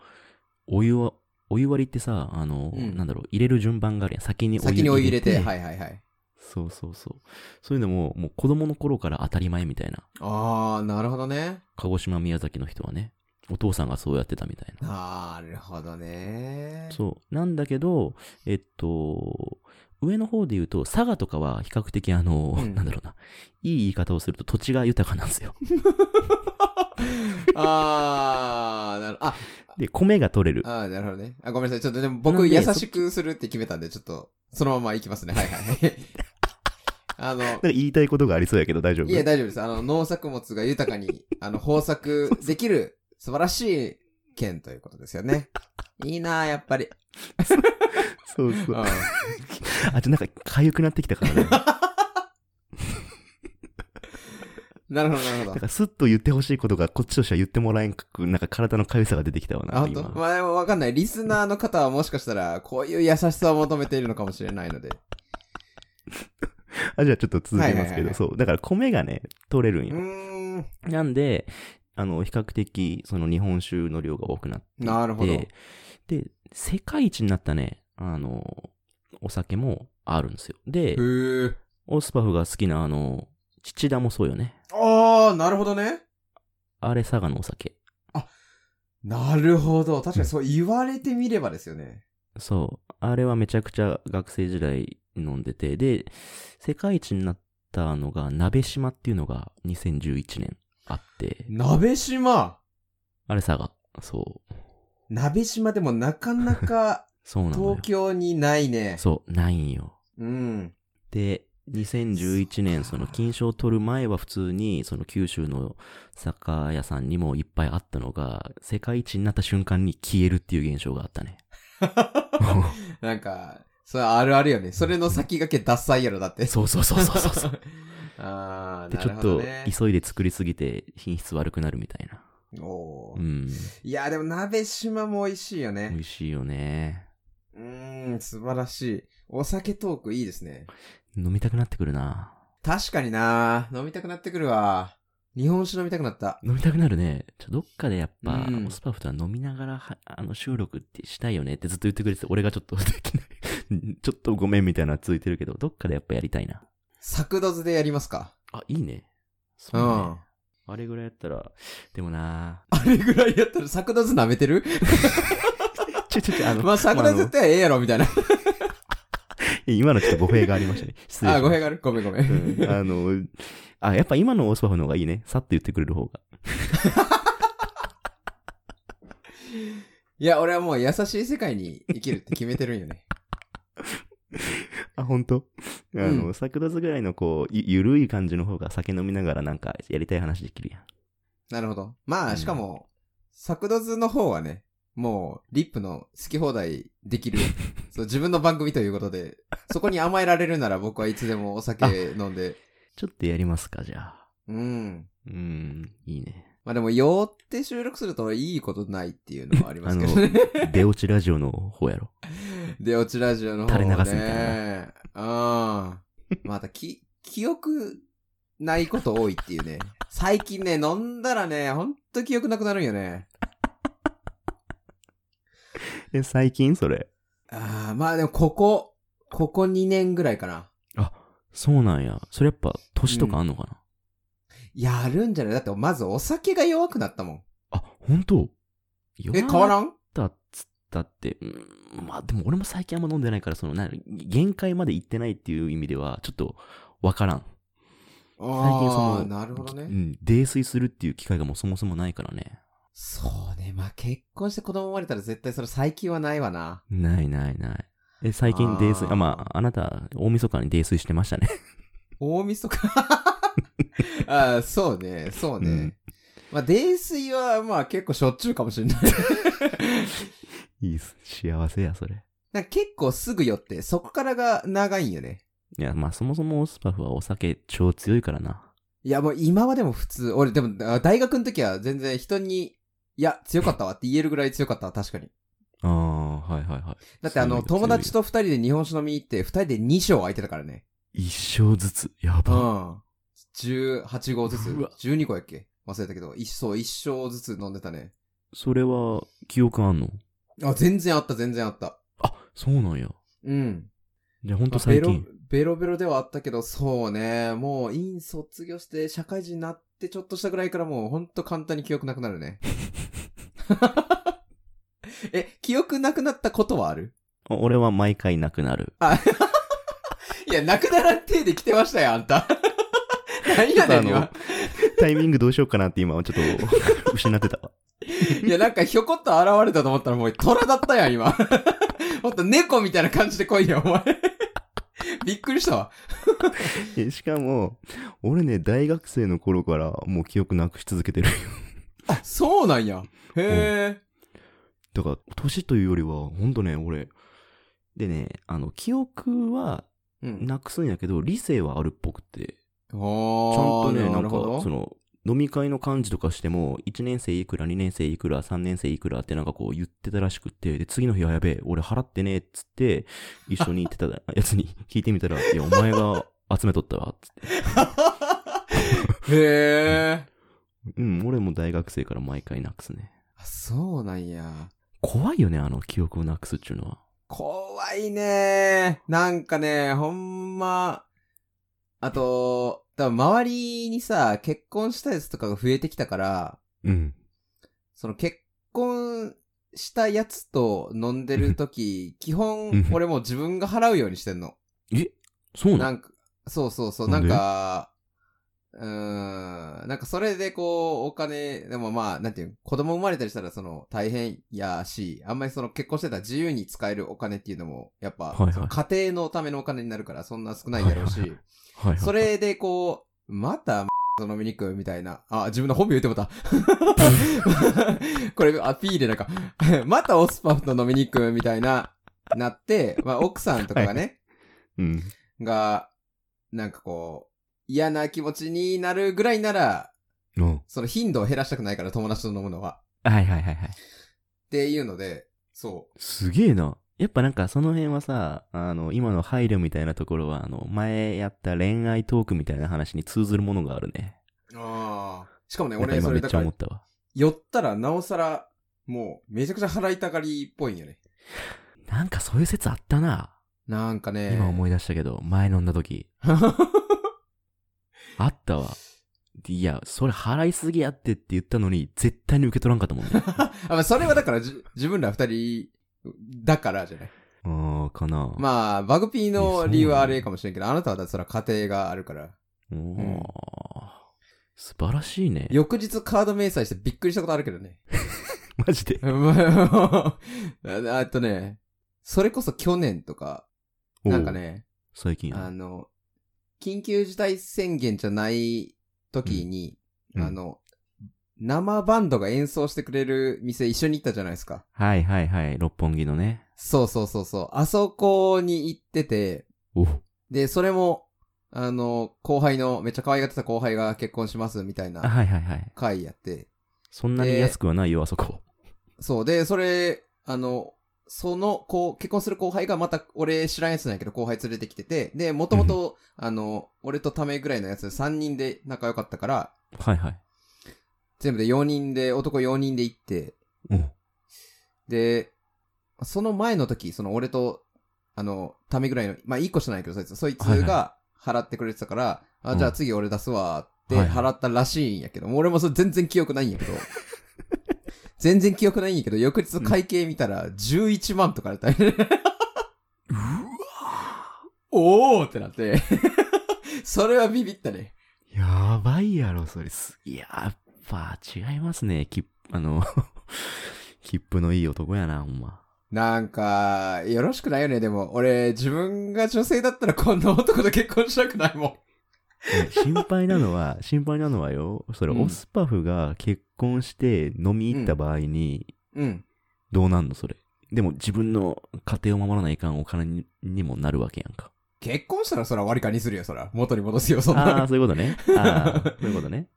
[SPEAKER 1] お湯は、お湯割りってさ、あの、
[SPEAKER 2] うん
[SPEAKER 1] なんだろう、入れる順番があるやん。先にお湯
[SPEAKER 2] 先にお湯入れて、
[SPEAKER 1] い。
[SPEAKER 2] はいはいはい。
[SPEAKER 1] そうそうそう。そういうのも、もう子供の頃から当たり前みたいな。
[SPEAKER 2] ああ、なるほどね。
[SPEAKER 1] 鹿児島、宮崎の人はね、お父さんがそうやってたみたいな。
[SPEAKER 2] なるほどね。
[SPEAKER 1] そう。なんだけど、えっと、上の方で言うと、佐賀とかは比較的あの、
[SPEAKER 2] うん
[SPEAKER 1] なんだろうな、いい言い方をすると土地が豊かなんですよ。
[SPEAKER 2] ああ、なる、あ、
[SPEAKER 1] で、米が取れる。
[SPEAKER 2] あーなるほどね。あ、ごめんなさい。ちょっとでも
[SPEAKER 1] な
[SPEAKER 2] 僕
[SPEAKER 1] んで
[SPEAKER 2] 優しくするって決めたんで、ちょっと、そのまま行きますね。はいはい。
[SPEAKER 1] [LAUGHS]
[SPEAKER 2] あの、
[SPEAKER 1] なんか言いたいことがありそうやけど大丈夫 [LAUGHS]
[SPEAKER 2] いや、大丈夫です。あの、農作物が豊かに、あの、豊作できる素晴らしい剣ということですよね。いいなあやっぱり。
[SPEAKER 1] そう
[SPEAKER 2] う
[SPEAKER 1] そ
[SPEAKER 2] ん。
[SPEAKER 1] う。あ、ちょ、なんか、痒くなってきたからね。
[SPEAKER 2] なるほど、なる
[SPEAKER 1] な
[SPEAKER 2] ほ
[SPEAKER 1] ん [LAUGHS]
[SPEAKER 2] ど。
[SPEAKER 1] か、スッと言ってほしいことが、こっちとしては言ってもらえんく、なんか体の痒さが出てきたわ
[SPEAKER 2] あ、
[SPEAKER 1] な、
[SPEAKER 2] 本当
[SPEAKER 1] 今。
[SPEAKER 2] まあでもわかんない。リスナーの方はもしかしたら、こういう優しさを求めているのかもしれないので。
[SPEAKER 1] あ、じゃあちょっと続けます
[SPEAKER 2] はいはい
[SPEAKER 1] け
[SPEAKER 2] はい
[SPEAKER 1] ど、そう。だから、米がね、取れるん
[SPEAKER 2] う
[SPEAKER 1] よ。
[SPEAKER 2] ーん。
[SPEAKER 1] なんで、あの、比較的、その日本酒の量が多くなっていて
[SPEAKER 2] なるほど。
[SPEAKER 1] で、世界一になったね、あの、お酒もあるんですよ。で、
[SPEAKER 2] へえ。
[SPEAKER 1] オスパフが好きな、あの、父田もそうよね。
[SPEAKER 2] あー、なるほどね。
[SPEAKER 1] あれ、佐賀のお酒。
[SPEAKER 2] なるほど。確かにそう言われてみればですよね。
[SPEAKER 1] そう。あれはめちゃくちゃ学生時代飲んでて、で、世界一になったのが、鍋島っていうのが2011年あって、
[SPEAKER 2] 鍋島
[SPEAKER 1] あれ佐賀。そう。
[SPEAKER 2] 鍋島でもなかなか
[SPEAKER 1] [LAUGHS] そうなのよ
[SPEAKER 2] 東。京にないね。
[SPEAKER 1] そう、ないんよ。
[SPEAKER 2] うん。
[SPEAKER 1] で、2011年、その金賞を取る前は普通に、その九州の酒屋さんにもいっぱいあったのが、世界一になった瞬間に消えるっていう現象があった
[SPEAKER 2] [LAUGHS]
[SPEAKER 1] ね。 [LAUGHS]
[SPEAKER 2] なんか、それあるあるよね。それの先駆けダッサいやろ、だって。
[SPEAKER 1] そうそうそうそうそうそう。
[SPEAKER 2] [LAUGHS] あー、
[SPEAKER 1] で、
[SPEAKER 2] な
[SPEAKER 1] ちょ
[SPEAKER 2] る
[SPEAKER 1] っ
[SPEAKER 2] ほど
[SPEAKER 1] と
[SPEAKER 2] ね。
[SPEAKER 1] 急いで作りすぎて品質悪くなるみたいな。
[SPEAKER 2] お
[SPEAKER 1] う
[SPEAKER 2] ー
[SPEAKER 1] ん。
[SPEAKER 2] いや、でも鍋島も美味しいよ
[SPEAKER 1] 美
[SPEAKER 2] ね。
[SPEAKER 1] 味しいよね。
[SPEAKER 2] うーん、素晴らしい。お酒トークいいですね。
[SPEAKER 1] 飲みたくなってくるな。
[SPEAKER 2] 確かにな飲みたくなってくるわ。日本酒飲みたくなった。
[SPEAKER 1] 飲みたくなるね。ちょどっかでやっぱ、
[SPEAKER 2] うん
[SPEAKER 1] オスパフとは飲みながらは、あの、収録ってしたいよねってずっと言ってくれてて、俺がちょっとで [LAUGHS] きない。ちょっとごめんみたいなの続いてるけど、どっかでやっぱやりたいな。
[SPEAKER 2] 作度図でやりますか。
[SPEAKER 1] あ、いいね。そううね。
[SPEAKER 2] ん。
[SPEAKER 1] あれぐらいやったら、でもな
[SPEAKER 2] あれぐらいやったら作度図舐めてる
[SPEAKER 1] ぁ。ちょちょちょ、あの、
[SPEAKER 2] まあ、桜
[SPEAKER 1] まあ
[SPEAKER 2] 絶対ええやろ、みたいな。
[SPEAKER 1] あの [LAUGHS] 今のちょっと語弊がありましたね。失礼しま
[SPEAKER 2] あ、
[SPEAKER 1] し
[SPEAKER 2] 語
[SPEAKER 1] た
[SPEAKER 2] 弊がある。ごめんごめん。
[SPEAKER 1] うんあの、 [LAUGHS] あ、やっぱ今のオスパフの方がいいね。さっと言ってくれる方が。
[SPEAKER 2] いや、俺はもう優しい世界に生きるって決めてるんよね。
[SPEAKER 1] あ、本当 [LAUGHS] あの、
[SPEAKER 2] う
[SPEAKER 1] 桜図ぐらいのこう、ゆゆるい感じの方が酒飲みながらなんかやりたい話できるやん。
[SPEAKER 2] なるほど。ま
[SPEAKER 1] う
[SPEAKER 2] あ、
[SPEAKER 1] ん
[SPEAKER 2] しかも、作度図の方はね、もう、リップの好き放題で
[SPEAKER 1] [LAUGHS]
[SPEAKER 2] きる、そう、自分の番組ということで、そこに甘えられるなら僕はいつでもお酒飲んで、
[SPEAKER 1] ちょっとやりますか、じゃあ。
[SPEAKER 2] うん。
[SPEAKER 1] うん、いいね。
[SPEAKER 2] まあでも、酔って収録するといいことないっていうのはありま
[SPEAKER 1] あ
[SPEAKER 2] す
[SPEAKER 1] の
[SPEAKER 2] けどね。、
[SPEAKER 1] 出落ちラジオの方やろ。
[SPEAKER 2] 出落ちラジオの方、
[SPEAKER 1] 垂
[SPEAKER 2] ね、
[SPEAKER 1] れ流すみたい
[SPEAKER 2] な。ああ。また、き、記憶ないこと多いっていうね。最近ね、飲んだらね、ほんと記憶なくなるんよね。
[SPEAKER 1] [LAUGHS] え、最近それ。
[SPEAKER 2] ああ、まあでもここ、ここ2年ぐらいかな。
[SPEAKER 1] そうなんや。それやっぱ、年とかあんのかな、
[SPEAKER 2] やるんじゃないだってまずお酒が弱くなったもん。
[SPEAKER 1] あ、本当
[SPEAKER 2] え、変わ
[SPEAKER 1] ん
[SPEAKER 2] らん
[SPEAKER 1] ったっつったって、うん、まあでも俺も最近あんま飲んでないから、その、な、限界まで行ってないっていう意味では、ちょっと、わからん。最近そ
[SPEAKER 2] あ
[SPEAKER 1] の
[SPEAKER 2] あ、なるほど
[SPEAKER 1] う
[SPEAKER 2] ね。
[SPEAKER 1] ん、泥酔するっていう機会がもうそもそもないからね。
[SPEAKER 2] そうね。まあ結婚して子供生まれたら絶対それ最近はないわな。
[SPEAKER 1] ないないない。え、最近泥酔、
[SPEAKER 2] あー
[SPEAKER 1] あ、まあ、あなた、大晦日に泥酔してましたね。
[SPEAKER 2] 大
[SPEAKER 1] [LAUGHS]
[SPEAKER 2] 晦日ああ、そうね、そうね。
[SPEAKER 1] うん
[SPEAKER 2] まあ、泥酔は、まあ結構しょっちゅうかもしれない。
[SPEAKER 1] [LAUGHS] [LAUGHS] いいっす。幸せや、それ。
[SPEAKER 2] なんか結構すぐ酔って、そこからが長いんよね。
[SPEAKER 1] いや、まあ、そもそもオスパフはお酒超強いからな。
[SPEAKER 2] いや、もう今はでも普通、俺でもあ大学の時は全然人に、いや、強かったわって言えるぐらい強かったわ、確かに。
[SPEAKER 1] ああ、はいはいはい。
[SPEAKER 2] だってあの、
[SPEAKER 1] 強いよ
[SPEAKER 2] 友達と二人で日本酒飲みに行って、二人で二升空いてたからね。
[SPEAKER 1] 一生ずつ。や
[SPEAKER 2] う
[SPEAKER 1] ば。
[SPEAKER 2] ん。18号ずつ
[SPEAKER 1] うわ、
[SPEAKER 2] 12個やっけ忘れたけど、一そう、一升ずつ飲んでたね。
[SPEAKER 1] それは、記憶あんの
[SPEAKER 2] あ、全然あった、全然あった。
[SPEAKER 1] あ、そうなんや。
[SPEAKER 2] うん。
[SPEAKER 1] じゃあ、ほんと
[SPEAKER 2] まあベ
[SPEAKER 1] 最
[SPEAKER 2] ロ
[SPEAKER 1] 近。
[SPEAKER 2] ベロベロではあったけど、そうね。もう、院卒業して、社会人になってちょっとしたぐらいからもう、ほんと簡単に記憶なくな
[SPEAKER 1] [LAUGHS]
[SPEAKER 2] るね。え、記憶なくなったことはある
[SPEAKER 1] お俺は毎回なくなる。
[SPEAKER 2] いや、なくならん手で来てましたよ、あん
[SPEAKER 1] [LAUGHS]
[SPEAKER 2] た。何やねん、
[SPEAKER 1] ちょっ
[SPEAKER 2] 今。
[SPEAKER 1] タイミングどうしようかなって今はちょっと [LAUGHS] 失ってたわ。
[SPEAKER 2] いや、なんかひょこっと現れたと思ったらもう、虎だったやん、今。 [LAUGHS] ほんと、猫みたいな感じで来いよ、お前。 [LAUGHS] びっくりしたわ。
[SPEAKER 1] えしかも、俺ね、大学生の頃からもう記憶なくし続けてるよ。
[SPEAKER 2] あ、そうなんや。へえ。
[SPEAKER 1] だから、年というよりは、ほんとね、俺。でね、あの、記憶は
[SPEAKER 2] うん。
[SPEAKER 1] なくすんやけど、理性はあるっぽくて。
[SPEAKER 2] ちゃん
[SPEAKER 1] ちゃんと
[SPEAKER 2] と
[SPEAKER 1] ね、な
[SPEAKER 2] なん
[SPEAKER 1] か、その、飲み会の幹事とかしても、1年生いくら、2年生いくら、3年生いくらってなんかこう言ってたらしくって、で、次の日はやべえ、俺払ってねえっつって、一緒に行ってたやつに [LAUGHS] 聞いてみたら、いや、お前が集めとったわ、つって。
[SPEAKER 2] へえ。
[SPEAKER 1] うん、俺も大学生から毎回なくすね。
[SPEAKER 2] あそうなんや。
[SPEAKER 1] 怖いよね、あの記憶をなくすっていうのは。
[SPEAKER 2] 怖いねなんかね、ほんま、あと、多分周りにさ、結婚したやつとかが増えてきたから、
[SPEAKER 1] うん。
[SPEAKER 2] その結婚したやつと飲んで
[SPEAKER 1] [LAUGHS]
[SPEAKER 2] る時、基
[SPEAKER 1] う
[SPEAKER 2] 本
[SPEAKER 1] ん、
[SPEAKER 2] 俺もう自分が払うようにしてんの。
[SPEAKER 1] えそうな
[SPEAKER 2] なんんか、そうそうそう、
[SPEAKER 1] な
[SPEAKER 2] なんん
[SPEAKER 1] で
[SPEAKER 2] か、うーん、なんかそれでこう、お金、でもまあ、なんていうの、子供生まれたりしたらその、大変やし、あんまりその結婚してたら自由に使えるお金っていうのも、やっぱ、
[SPEAKER 1] はいはい
[SPEAKER 2] その家庭のためのお金になるから、そんな少ないやろうし、
[SPEAKER 1] はいはいはい。
[SPEAKER 2] それでこう、また、と飲みに行くみたいな。あ、自分の本名言って
[SPEAKER 1] [LAUGHS]
[SPEAKER 2] もうた。これ、アピールなんか、またオスパフと飲みに行くみたいな、なって、まあ、奥さんとかがね、
[SPEAKER 1] うん。
[SPEAKER 2] が、なんかこう、嫌な気持ちになるぐらいなら、
[SPEAKER 1] うん。
[SPEAKER 2] その頻度を減らしたくないから友達と飲むのは。
[SPEAKER 1] はいはいはいはい。
[SPEAKER 2] っていうので、そ
[SPEAKER 1] すげえな。やっぱなんかその辺はさ、あの、今の配慮みたいなところは、あの、前やった恋愛トークみたいな話に通ずるものがあるね。
[SPEAKER 2] う。ああ。しかもね、
[SPEAKER 1] なんか
[SPEAKER 2] 俺、
[SPEAKER 1] 今
[SPEAKER 2] そ
[SPEAKER 1] め
[SPEAKER 2] れ
[SPEAKER 1] っ
[SPEAKER 2] だ
[SPEAKER 1] ちゃ
[SPEAKER 2] か
[SPEAKER 1] 思
[SPEAKER 2] ら
[SPEAKER 1] っ、たわ。
[SPEAKER 2] 寄ったらなおさら、もう、めちゃくちゃ払いたがりっぽいんよね。
[SPEAKER 1] なんかそういう説あったな。
[SPEAKER 2] なんかね。
[SPEAKER 1] 今思い出したけど、前飲んだ
[SPEAKER 2] [LAUGHS]
[SPEAKER 1] 時。あったわ。いや、それ払いすぎやってって言ったのに、絶対に受け取らんかったも
[SPEAKER 2] [LAUGHS]
[SPEAKER 1] んね。
[SPEAKER 2] あまあそれはだから、じ自分ら二人、だからじゃない。
[SPEAKER 1] うーん、かな。
[SPEAKER 2] まあ、バグピーの理由はあれかもしれんけど、あなたはだってそれは家庭があるから。
[SPEAKER 1] おー
[SPEAKER 2] ん
[SPEAKER 1] 素晴らしいね。
[SPEAKER 2] 翌日カード明細してびっくりしたことあるけど
[SPEAKER 1] [LAUGHS]
[SPEAKER 2] ね。
[SPEAKER 1] マジで。
[SPEAKER 2] ああとね、それこそ去年とか、なんかね、
[SPEAKER 1] おう。最近
[SPEAKER 2] あ
[SPEAKER 1] や。
[SPEAKER 2] の、緊急事態宣言じゃない時に、
[SPEAKER 1] うんうん
[SPEAKER 2] あの、生バンドが演奏してくれる店一緒に行ったじゃないですか。
[SPEAKER 1] はいはいはい。六本木のね。
[SPEAKER 2] そうそうそうそう。あそこに行ってて、
[SPEAKER 1] お
[SPEAKER 2] で、それも、あの、後輩の、めっちゃ可愛がってた後輩が結婚しますみたい
[SPEAKER 1] あ
[SPEAKER 2] な
[SPEAKER 1] はいはいはい。
[SPEAKER 2] 会やって、
[SPEAKER 1] そんなに安くはないよ、あそこ。
[SPEAKER 2] そう。で、それ、あの、その、こう、結婚する後輩がまた、俺知らんやつなんやけど、後輩連れてきてて、で、もともと、あの、俺とためぐらいのやつ3人で仲良かったから、
[SPEAKER 1] はいはい。
[SPEAKER 2] 全部で4人で、男4人で行って、
[SPEAKER 1] うん。
[SPEAKER 2] で、その前の時、その俺と、あの、ためぐらいの、まあ、1個しないけど、そいつ、そいつ
[SPEAKER 1] はい
[SPEAKER 2] が払ってくれてたから、
[SPEAKER 1] う
[SPEAKER 2] あ、
[SPEAKER 1] ん
[SPEAKER 2] じゃあ次俺出すわって
[SPEAKER 1] はいはい
[SPEAKER 2] 払ったらしいんやけど、もう俺もそれ全然記憶ないん
[SPEAKER 1] [LAUGHS]
[SPEAKER 2] やけど、全然記憶ないんやけど、翌日会計見たら11万とかだった、ね、
[SPEAKER 1] うわ
[SPEAKER 2] [LAUGHS] おーってなって、 [LAUGHS] それはビビったね。
[SPEAKER 1] やばいやろ、それす。いや、やっぱ違いますね。きあの、 [LAUGHS] 切符のいい男やな、ほんま。
[SPEAKER 2] なんか、よろしくないよね、でも。俺、自分が女性だったらこんな男と結婚したくないもん。
[SPEAKER 1] ね心配なの [LAUGHS] は、心配なのはよ、それ、
[SPEAKER 2] うん
[SPEAKER 1] オスパフが結婚して飲み行った場合に、
[SPEAKER 2] うん。
[SPEAKER 1] どうなんの、それ。でも自分の家庭を守らないかんお金ににもなるわけやんか。
[SPEAKER 2] 結婚したらそら割り勘にするよ、そら。元に戻すよ、そん
[SPEAKER 1] あ
[SPEAKER 2] な [LAUGHS]
[SPEAKER 1] あ、。そういうことね。ああ、 [LAUGHS] そういうことね。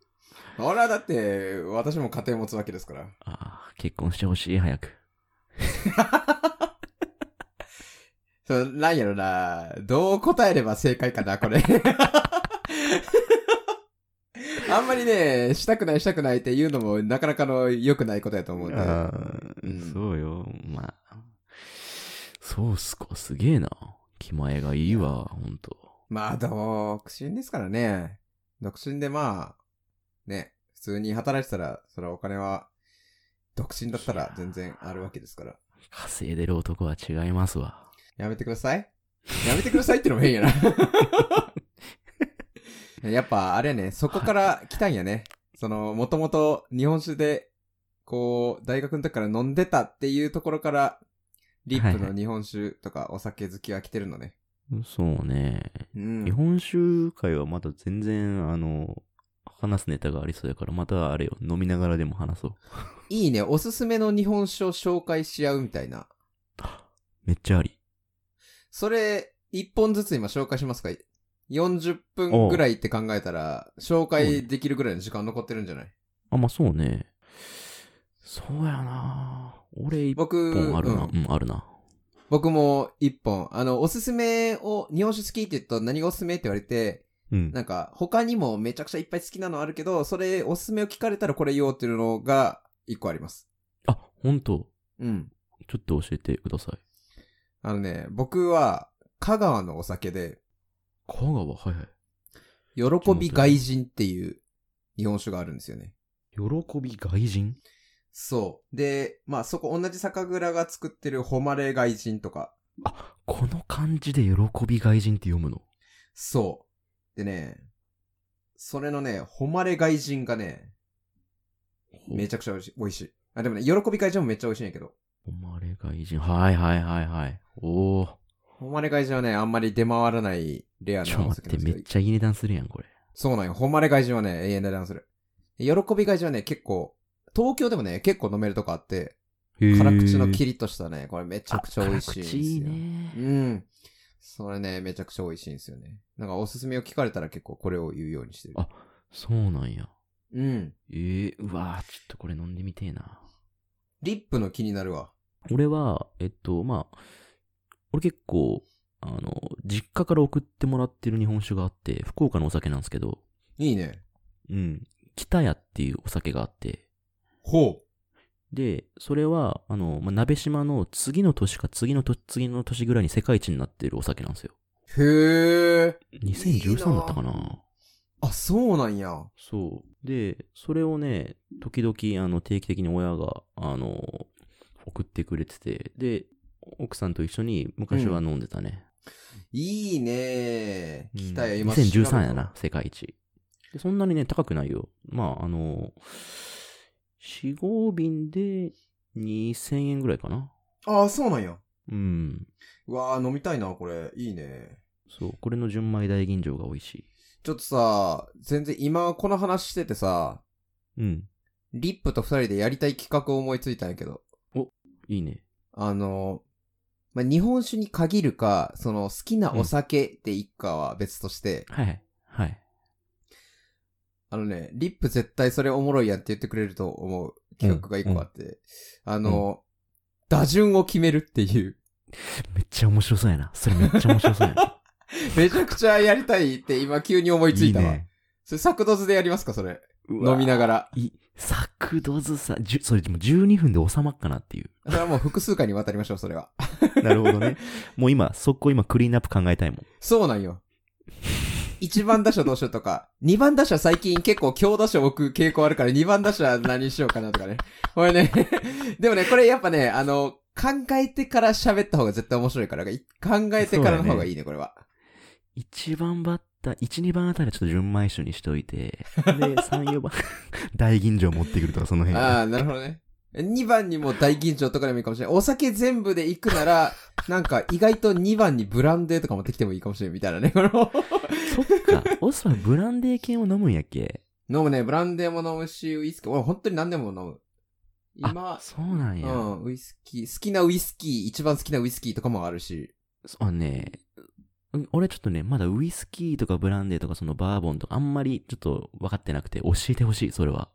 [SPEAKER 2] 俺はだって、私も家庭持つわけですから。
[SPEAKER 1] ああ、結婚してほしい、早く。
[SPEAKER 2] そう、なんやろな。どう答えれば正解かな、これ。 [LAUGHS] あんまりね、したくないしたくないっていうのも、なかなかの良くないことやと思うんで。
[SPEAKER 1] あー
[SPEAKER 2] うん
[SPEAKER 1] そうよ。まあ。そうっすか、すげえな。気前がいいわ、ほんと。
[SPEAKER 2] まあ、独身ですからね。独身でまあ、ね、普通に働いてたら、それはお金は、独身だったら全然あるわけですから。
[SPEAKER 1] 稼いでる男は違いますわ。
[SPEAKER 2] やめてください。やめてくださいってのも変や
[SPEAKER 1] [LAUGHS]
[SPEAKER 2] な。やっぱ、あれやね、そこから来たんやね。その、もともと日本酒で、こう、大学の時から飲んでたっていうところから、リップ
[SPEAKER 1] はいは
[SPEAKER 2] の日本酒とかお酒好きは来てるのね。
[SPEAKER 1] そうね。
[SPEAKER 2] うん。
[SPEAKER 1] 日本酒界はまだ全然、あの、話すネタがありそうやから、またあれよ、飲みながらでも話そう。
[SPEAKER 2] いいね。おすすめの日本酒を紹介し合うみたいな。
[SPEAKER 1] めっちゃあり。
[SPEAKER 2] それ、一本ずつ今紹介しますか ?40 分ぐらいって考えたら、紹介できるぐらいの時間残ってるんじゃない
[SPEAKER 1] あ、まあそうね。そうやな俺一
[SPEAKER 2] 僕、
[SPEAKER 1] 本あるな。
[SPEAKER 2] う
[SPEAKER 1] うんん、あるな。
[SPEAKER 2] 僕も一本。あの、おすすめを、日本酒好きって言ったら何がおすすめって言われて、
[SPEAKER 1] うん。
[SPEAKER 2] なんか、他にもめちゃくちゃいっぱい好きなのあるけど、それ、おすすめを聞かれたらこれ言おうっていうのが、一個あります。
[SPEAKER 1] あ、ほんと。
[SPEAKER 2] うん。
[SPEAKER 1] ちょっと教えてください。
[SPEAKER 2] あのね、僕は、香川のお酒で、
[SPEAKER 1] 香川、はいはい。
[SPEAKER 2] 喜び外人っていう日本酒があるんですよね。
[SPEAKER 1] 喜び外人
[SPEAKER 2] そう。で、まあそこ同じ酒蔵が作ってる誉れ外人とか。
[SPEAKER 1] あ、この漢字で喜び外人って読むの。
[SPEAKER 2] そう。でね、それのね、誉れ外人がね、めちゃくちゃ美味しい。美味しい。あ、でもね、喜び外人もめっちゃ美味しいんやけど。
[SPEAKER 1] 生まれ外人。はいはいはいはい。おー。
[SPEAKER 2] 誉れ外人はね、あんまり出回らないレア
[SPEAKER 1] ちょっ
[SPEAKER 2] な
[SPEAKER 1] と
[SPEAKER 2] お
[SPEAKER 1] 待
[SPEAKER 2] 酒
[SPEAKER 1] っ
[SPEAKER 2] な
[SPEAKER 1] て、め
[SPEAKER 2] ん
[SPEAKER 1] っ
[SPEAKER 2] ですけど。
[SPEAKER 1] ちゃいい値段するやん、これ。
[SPEAKER 2] そうなんよ。誉れ外人はね、永遠値段する。で喜び外人はね、結構、東京でもね、結構飲めるとこあって、辛口のキ
[SPEAKER 1] リ
[SPEAKER 2] リッとしたね、これめちゃくちゃ美味しいんですよ。
[SPEAKER 1] いいね
[SPEAKER 2] う。ん。それね、めちゃくちゃ美味しいんですよね。なんかおすすめを聞かれたら結構これを言うようにしてる。
[SPEAKER 1] あそうなんや。
[SPEAKER 2] うん。
[SPEAKER 1] えー、うわー、ちょっとこれ飲んでみてえな。
[SPEAKER 2] リップの気になるわ。
[SPEAKER 1] 俺は、えっと、まあ、俺結構、あの、実家から送ってもらってる日本酒があって、福岡のお酒なんですけど、
[SPEAKER 2] いいね。
[SPEAKER 1] うん、北屋っていうお酒があって、
[SPEAKER 2] ほ
[SPEAKER 1] で、それは、あの、まあ、鍋島の次の年か次のと次の年ぐらいに世界一になってるお酒なんですよ。
[SPEAKER 2] う。へえ。
[SPEAKER 1] 2013だったかな
[SPEAKER 2] あ、そうなんや。
[SPEAKER 1] そう。で、それをね、時々、あの、定期的に親が、あの、送ってくれてて、で、奥さんと一緒に昔は飲んでたね。
[SPEAKER 2] いいね
[SPEAKER 1] うん
[SPEAKER 2] 来たよ、今。
[SPEAKER 1] 2013やな、。世界一。でそんなにね、高くないよ。まあ、あの、4、5瓶で2000円ぐらいかな。
[SPEAKER 2] ああ、そうなんや。
[SPEAKER 1] うん。
[SPEAKER 2] うわあ、飲みたいな、これ。いいね
[SPEAKER 1] そう、これの純米大吟醸が美味しい。
[SPEAKER 2] ちょっとさ、全然今この話しててさ、
[SPEAKER 1] うん。
[SPEAKER 2] リップと二人でやりたい企画を思いついたんやけど。
[SPEAKER 1] いいね。
[SPEAKER 2] あの、まあ、日本酒に限るか、その好きなお酒でいくかは別として、
[SPEAKER 1] はいはい。はい。
[SPEAKER 2] あのね、リップ絶対それおもろいやんって言ってくれると思う企画が一個あって、あの、打順を決めるっていう、 [LAUGHS]
[SPEAKER 1] めっちゃ面白そうやな。それめっちゃ面白そうや [LAUGHS] な。
[SPEAKER 2] めちゃくちゃやりたいって今急に思いついたわ。
[SPEAKER 1] ね。
[SPEAKER 2] それ作図でやりますかそれ。
[SPEAKER 1] 飲
[SPEAKER 2] 飲みながら。
[SPEAKER 1] い、作度ずさ、じゅそれでも12分で収まっかなっていう。
[SPEAKER 2] それはもう複数回にわたりましょう、それは。
[SPEAKER 1] [LAUGHS] なるほどね。 [LAUGHS] もう今、速攻今クリーンアップ考えたいもん。
[SPEAKER 2] そうなんよ。1番打者どうしようとか、2番打者最近結構強打者置く傾向あるから2番打者何しようかなとかね。これね、 [LAUGHS] でもね、これやっぱね、あの、考えてから喋った方が絶対面白いから、い考えてからの方がいいね、これは。
[SPEAKER 1] 1番バッター、1、2番あたりはちょっと純米酒にしといて、で、3、4番、 [LAUGHS] 大吟醸持ってくるとか、その辺。
[SPEAKER 2] ああ、なるほどね。2番にも大吟醸とかでもいいかもしれない。お酒全部で行くなら、なんか意外と2番にブランデーとか持ってきてもいいかもしれないみたいなね。この
[SPEAKER 1] そっか。オスはブランデー系を飲むんやっけ
[SPEAKER 2] 飲むね、ブランデーも飲むし、ウイスキー、俺本当に何でも飲む。今
[SPEAKER 1] あ、、そうなん
[SPEAKER 2] う
[SPEAKER 1] や。
[SPEAKER 2] ん、ウイスキー、好きなウイスキー、一番好きなウイスキーとかもあるし。
[SPEAKER 1] そうね、うん俺ちょっとね、まだウイスキーとかブランデーとかそのバーボンとかあんまりちょっと分かってなくて教えてほしい、それは。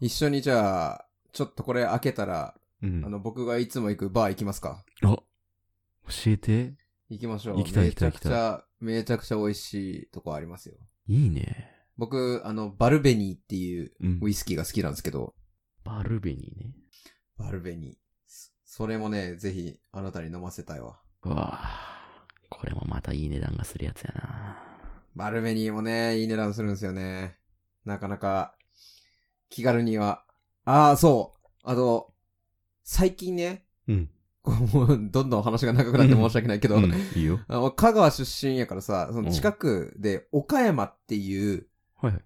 [SPEAKER 2] 一緒にじゃあ、ちょっとこれ開けたら、
[SPEAKER 1] うん。
[SPEAKER 2] あの、僕がいつも行くバー行きますか
[SPEAKER 1] あ教えて。
[SPEAKER 2] 行きましょう。
[SPEAKER 1] 行きたい
[SPEAKER 2] めちゃくち
[SPEAKER 1] 行き
[SPEAKER 2] ゃ、めちゃくちゃ美味しいとこありますよ。
[SPEAKER 1] いいね。
[SPEAKER 2] 僕、あの、バルベニーっていう
[SPEAKER 1] うん
[SPEAKER 2] ウ。イスキーが好きなんですけど、
[SPEAKER 1] バルベニーね。
[SPEAKER 2] バルベニー。そそれもね、ぜひ、あなたに飲ませたいわ。
[SPEAKER 1] うわあこれもまたいい値段がするやつやな。
[SPEAKER 2] バルベニーもね、いい値段するんですよね。なかなか、気軽には。ああ、そう。あと、最近ね、
[SPEAKER 1] うん。
[SPEAKER 2] こうもうどんどん話が長くなって申し訳ないけど、
[SPEAKER 1] うん、いいよ。
[SPEAKER 2] あの香川出身やからさ、その近くで岡山っていう、
[SPEAKER 1] はいはい。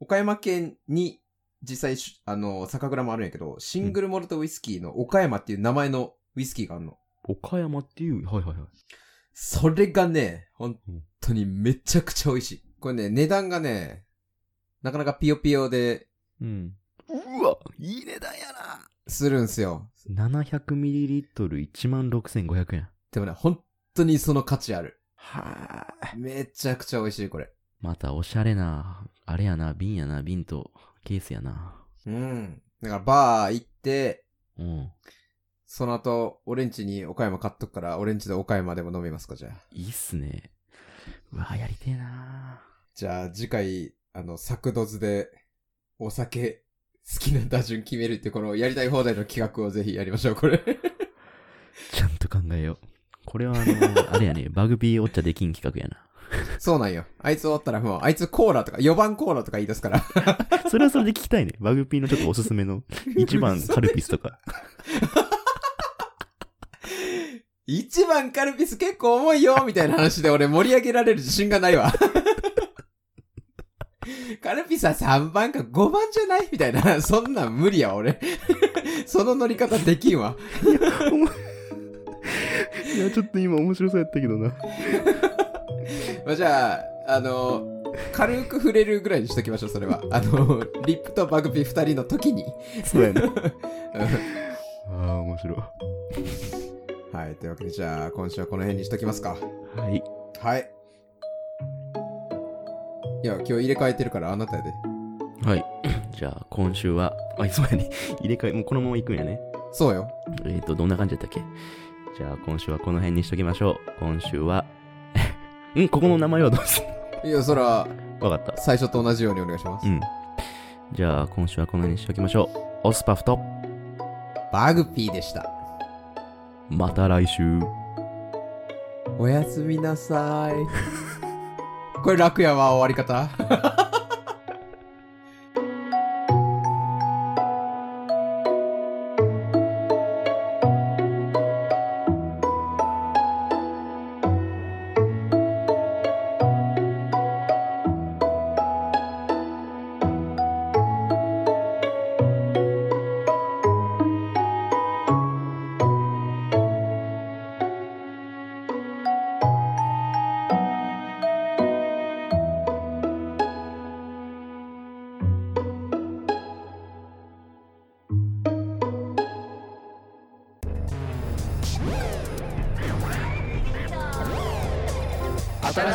[SPEAKER 2] 岡山県に実際し、あの、酒蔵もあるんやけど、シングルモルトウイスキーの岡山っていう名前のウイスキーがあるの。
[SPEAKER 1] 岡山っていう、はいはいはい。
[SPEAKER 2] それがね、本当にめちゃくちゃ美味しい。これね、値段がね、なかなかピヨピヨで
[SPEAKER 1] うん。うわ、いい値段や
[SPEAKER 2] するんすよ。
[SPEAKER 1] な !700ml1 万6500円。
[SPEAKER 2] でもね、本当にその価値ある。
[SPEAKER 1] はーい。
[SPEAKER 2] めちゃくちゃ美味しい、これ。
[SPEAKER 1] またおしゃれな、あれやな、瓶やな、瓶とケースやな。
[SPEAKER 2] うん。だからバー行って、
[SPEAKER 1] うん。
[SPEAKER 2] その後、オレンジに岡山買っとくから、オレンジで岡山でも飲みますか、じゃあ。
[SPEAKER 1] いいっすね。うわ、やりてえな
[SPEAKER 2] じゃあ次回、あの、作ドズで、お酒、好きな打順決めるって、このやりたい放題の企画をぜひやりましょう、これ。 [LAUGHS]
[SPEAKER 1] ちゃんと考えよう。これはあ [LAUGHS] の、あれやね、バグビーおっちゃできん企画や
[SPEAKER 2] そうなんよ。あいつおったらもう、あいつコーラとか、4番コーラとか言い出すから。
[SPEAKER 1] な。それはそれで聞きたいね。バグビーのちょっとおすすめの、1番
[SPEAKER 2] [LAUGHS]
[SPEAKER 1] カルピスとか。
[SPEAKER 2] 1番カルピス結構重いよみたいな話で俺盛り上げられる自信がないわ。 [LAUGHS] カルピスは3番か5番じゃないみたいな。そんなん無理や、俺。 [LAUGHS] その乗り方できんわ。
[SPEAKER 1] いや、ちょっと今面白そうやったけどな。
[SPEAKER 2] まあ、じゃあ、あの、軽く触れるぐらいにしときましょう、それ
[SPEAKER 1] [LAUGHS]
[SPEAKER 2] は。あの、リップとバグピー2人の時に。
[SPEAKER 1] そうやな。
[SPEAKER 2] うん
[SPEAKER 1] ああ、面白い。
[SPEAKER 2] はい、というわけでじゃあ、今週はこの辺にしときますか。
[SPEAKER 1] はい。
[SPEAKER 2] はい。いや、今日入れ替えてるからあなたやで。
[SPEAKER 1] はい。じゃあ、今週は、あ、そうやね。入れ替え、もうこのまま行くんやね。
[SPEAKER 2] そうよ。
[SPEAKER 1] えっ、ー、と、どんな感じだったっけじゃあ、今週はこの辺にしときましょう。今週は、 [LAUGHS] うん、ここの名前はどうする
[SPEAKER 2] いや、そら、
[SPEAKER 1] わかっ
[SPEAKER 2] 最初と同じようにお願いします。
[SPEAKER 1] た。うん。じゃあ、今週はこの辺にしときましょう。オスパフと、
[SPEAKER 2] バグピーでした。
[SPEAKER 1] また来週。
[SPEAKER 2] おやすみなさい。これ楽やわ、終わり方。
[SPEAKER 3] 新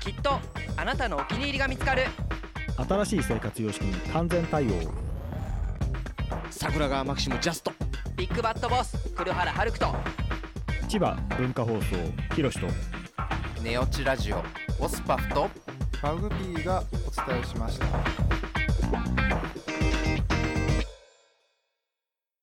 [SPEAKER 4] きっとあなたのお気に入りが見つかる
[SPEAKER 5] 新しい生活様式に完全対応
[SPEAKER 3] 桜川マキシムジャスト
[SPEAKER 4] ビッグバットボス黒原遥人
[SPEAKER 5] 千葉文化放送ひろしと
[SPEAKER 4] ネオチラジオオスパフと
[SPEAKER 6] バグピーがお伝えしました